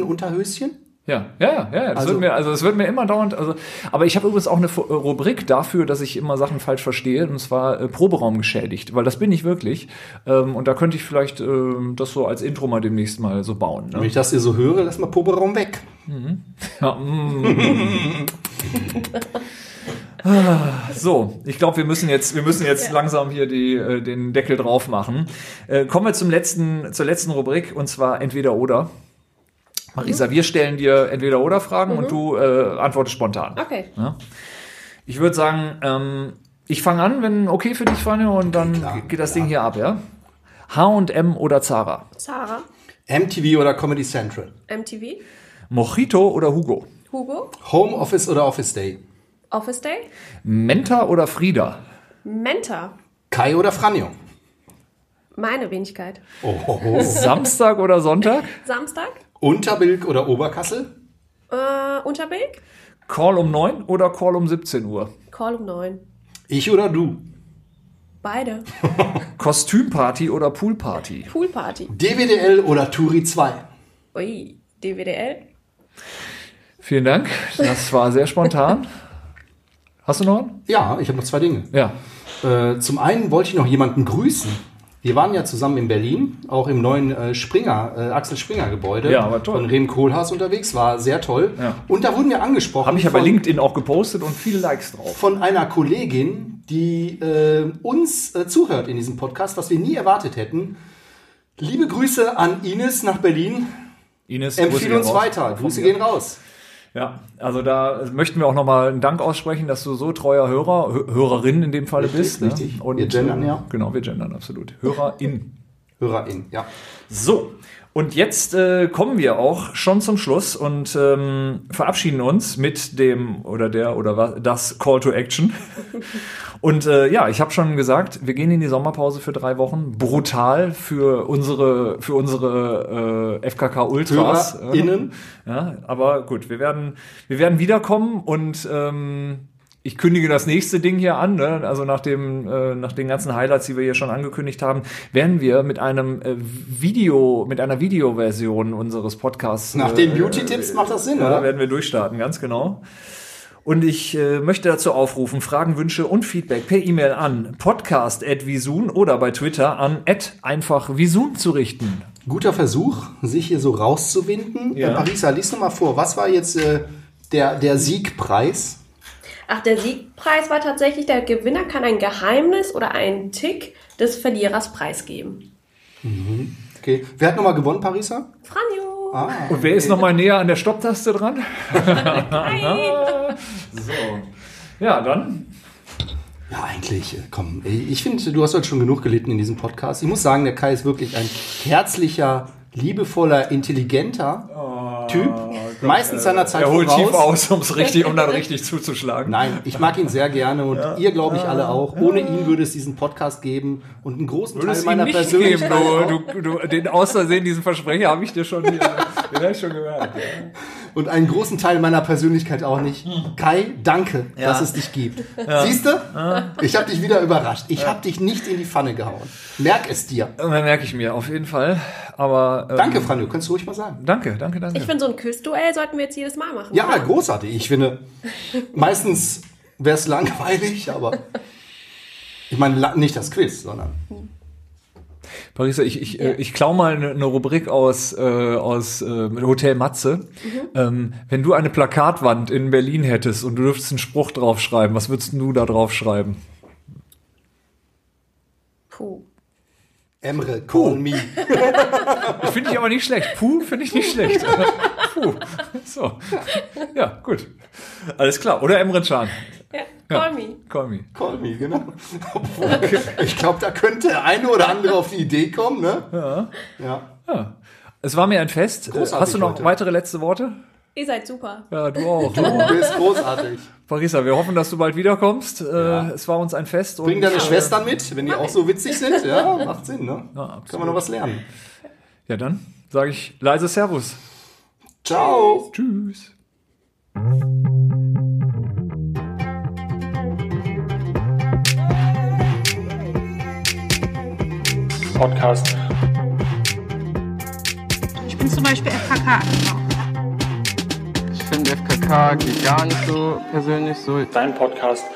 Automatenunterhöschen? Ja, ja, ja, ja. Das Also- wird mir, also es wird mir immer dauernd. Also, aber ich habe übrigens auch eine Fu- äh, Rubrik dafür, dass ich immer Sachen falsch verstehe, und zwar äh, Proberaum geschädigt, weil das bin ich wirklich. Ähm, und da könnte ich vielleicht ähm, das so als Intro mal demnächst mal so bauen. Wenn Ne? ich das hier so höre, lass mal Proberaum weg. Ja, mm. Ah, so, ich glaube, wir müssen jetzt, wir müssen jetzt langsam hier die, äh, den Deckel drauf machen. Äh, kommen wir zum letzten, zur letzten Rubrik und zwar entweder oder. Marisa, wir stellen dir entweder oder Fragen und du äh, antwortest spontan. Okay. Ich würde sagen, ähm, ich fange an, wenn okay für dich, Fanny, und dann geht das Ding hier ab, ja? H&M oder Zara? Zara, MTV oder Comedy Central? MTV, Mojito oder Hugo? Hugo, Homeoffice oder Office Day? Office Day, Menta oder Frieda? Mentor, Kai oder Franjo? meine Wenigkeit. Oh, oh, oh. Samstag oder Sonntag? Samstag, Unterbilk oder Oberkassel? äh, Unterbilk, Call um 9 oder Call um 17 Uhr? Call um 9. Ich oder du? Beide. Kostümparty oder Poolparty? Poolparty. DWDL oder Turi 2? Ui, DWDL. Vielen Dank, das war sehr spontan. Hast du noch einen? Ja, ich habe noch zwei Dinge. Ja. Äh, zum einen wollte ich noch jemanden grüßen. Wir waren ja zusammen in Berlin, auch im neuen äh, Springer, äh, Axel Springer Gebäude Ja, war toll. von Rem Kohlhaas unterwegs, war sehr toll. Ja. Und da wurden wir angesprochen. Habe ich ja bei von- LinkedIn auch gepostet und viele Likes drauf. von einer Kollegin, die äh, uns äh, zuhört in diesem Podcast, was wir nie erwartet hätten. Liebe Grüße an Ines nach Berlin. Ines, Grüße Empfehle gehen uns raus. weiter. Von Grüße mir. gehen raus. Ja, also da möchten wir auch nochmal einen Dank aussprechen, dass du so treuer Hörer, Hö- Hörerin in dem Falle Richtig, bist. richtig. Ne? Und, Wir gendern, äh, ja. Genau, wir gendern, absolut. Hörerin. HörerInnen, ja. So, und jetzt äh, kommen wir auch schon zum Schluss und ähm, verabschieden uns mit dem oder der oder was, das Call to Action. Und äh, ja, ich habe schon gesagt, wir gehen in die Sommerpause für drei Wochen. Brutal für unsere, für unsere äh, FKK Ultras. HörerInnen. Ja, aber gut, wir werden, wir werden wiederkommen und ähm, ich kündige das nächste Ding hier an. Ne? Also nach, dem, äh, nach den ganzen Highlights, die wir hier schon angekündigt haben, werden wir mit einem äh, Video, mit einer Videoversion unseres Podcasts. Nach äh, den Beauty-Tipps macht das Sinn, ja, da oder? werden wir durchstarten, ganz genau. Und ich äh, möchte dazu aufrufen, Fragen, Wünsche und Feedback per E-Mail an podcast.visun oder bei Twitter an einfachvisun zu richten. Guter Versuch, sich hier so rauszuwinden. Ja. Äh, Marisa, lies noch mal vor. Was war jetzt äh, der, der Siegpreis? Ach, der Siegpreis war tatsächlich, der Gewinner kann ein Geheimnis oder einen Tick des Verlierers preisgeben. Okay. Wer hat nochmal gewonnen, Parisa? Franjo! Und wer ist nochmal näher an der Stopptaste dran? so. Ja, dann. Ja, eigentlich, äh, komm. ey, Ich finde, du hast heute schon genug gelitten in diesem Podcast. Ich muss sagen, der Kai ist wirklich ein herzlicher, liebevoller, intelligenter Typ. Meistens seiner Zeit Oh, äh, Er holt voraus. tief aus, um's richtig, um dann richtig zuzuschlagen. Nein, ich mag ihn sehr gerne und ihr, glaube ich, alle auch. Ohne ihn würde es diesen Podcast geben und einen großen Würde Teil es ihm meiner nicht geben, Persönlichkeit. du, du, du, den Außersehen, diesen Versprecher habe ich dir schon, hier, den hab ich schon gemerkt. Ja. Und einen großen Teil meiner Persönlichkeit auch nicht. Kai, danke, dass es dich gibt. Siehst du? Ich habe dich wieder überrascht. Ich habe dich nicht in die Pfanne gehauen. Merk es dir. Und dann merke ich mir, auf jeden Fall. Aber ähm, Danke, Franjo. Kannst du ruhig mal sagen. danke, danke, danke. Ich finde, so ein Quizduell sollten wir jetzt jedes Mal machen. Ja, großartig. Ich finde, meistens wäre es langweilig, aber ich meine la- nicht das Quiz, sondern Parisa, ich, ich, äh, ich klau mal eine, eine Rubrik aus, äh, aus äh, Hotel Matze. Mhm. Ähm, wenn du eine Plakatwand in Berlin hättest und du dürftest einen Spruch draufschreiben, was würdest du da draufschreiben? Puh. Emre, call me. Das finde ich aber nicht schlecht. Puh, finde ich nicht schlecht. Puh. So. Ja, gut. Alles klar. Oder Emre Can. Ja, Ja. call me. Call me. Call me, genau. Obwohl, ich glaube, da könnte der eine oder andere auf die Idee kommen, ne? Ja. Es war mir ein Fest. Äh, Großartig Hast du noch heute. weitere letzte Worte? Ihr seid super. Ja, du auch. Du auch. Du bist großartig. Parisa, wir hoffen, dass du bald wiederkommst. Äh, es war uns ein Fest. Bring und, deine äh, Schwestern mit, wenn die auch so witzig sind. Ja, macht Sinn, ne? absolut. Können wir noch was lernen. Ja, dann sage ich leise Servus. Ciao. Tschüss. Podcast. Ich bin zum Beispiel FKK angetaucht. Ich finde FKK geht gar nicht so persönlich so. Dein Podcast.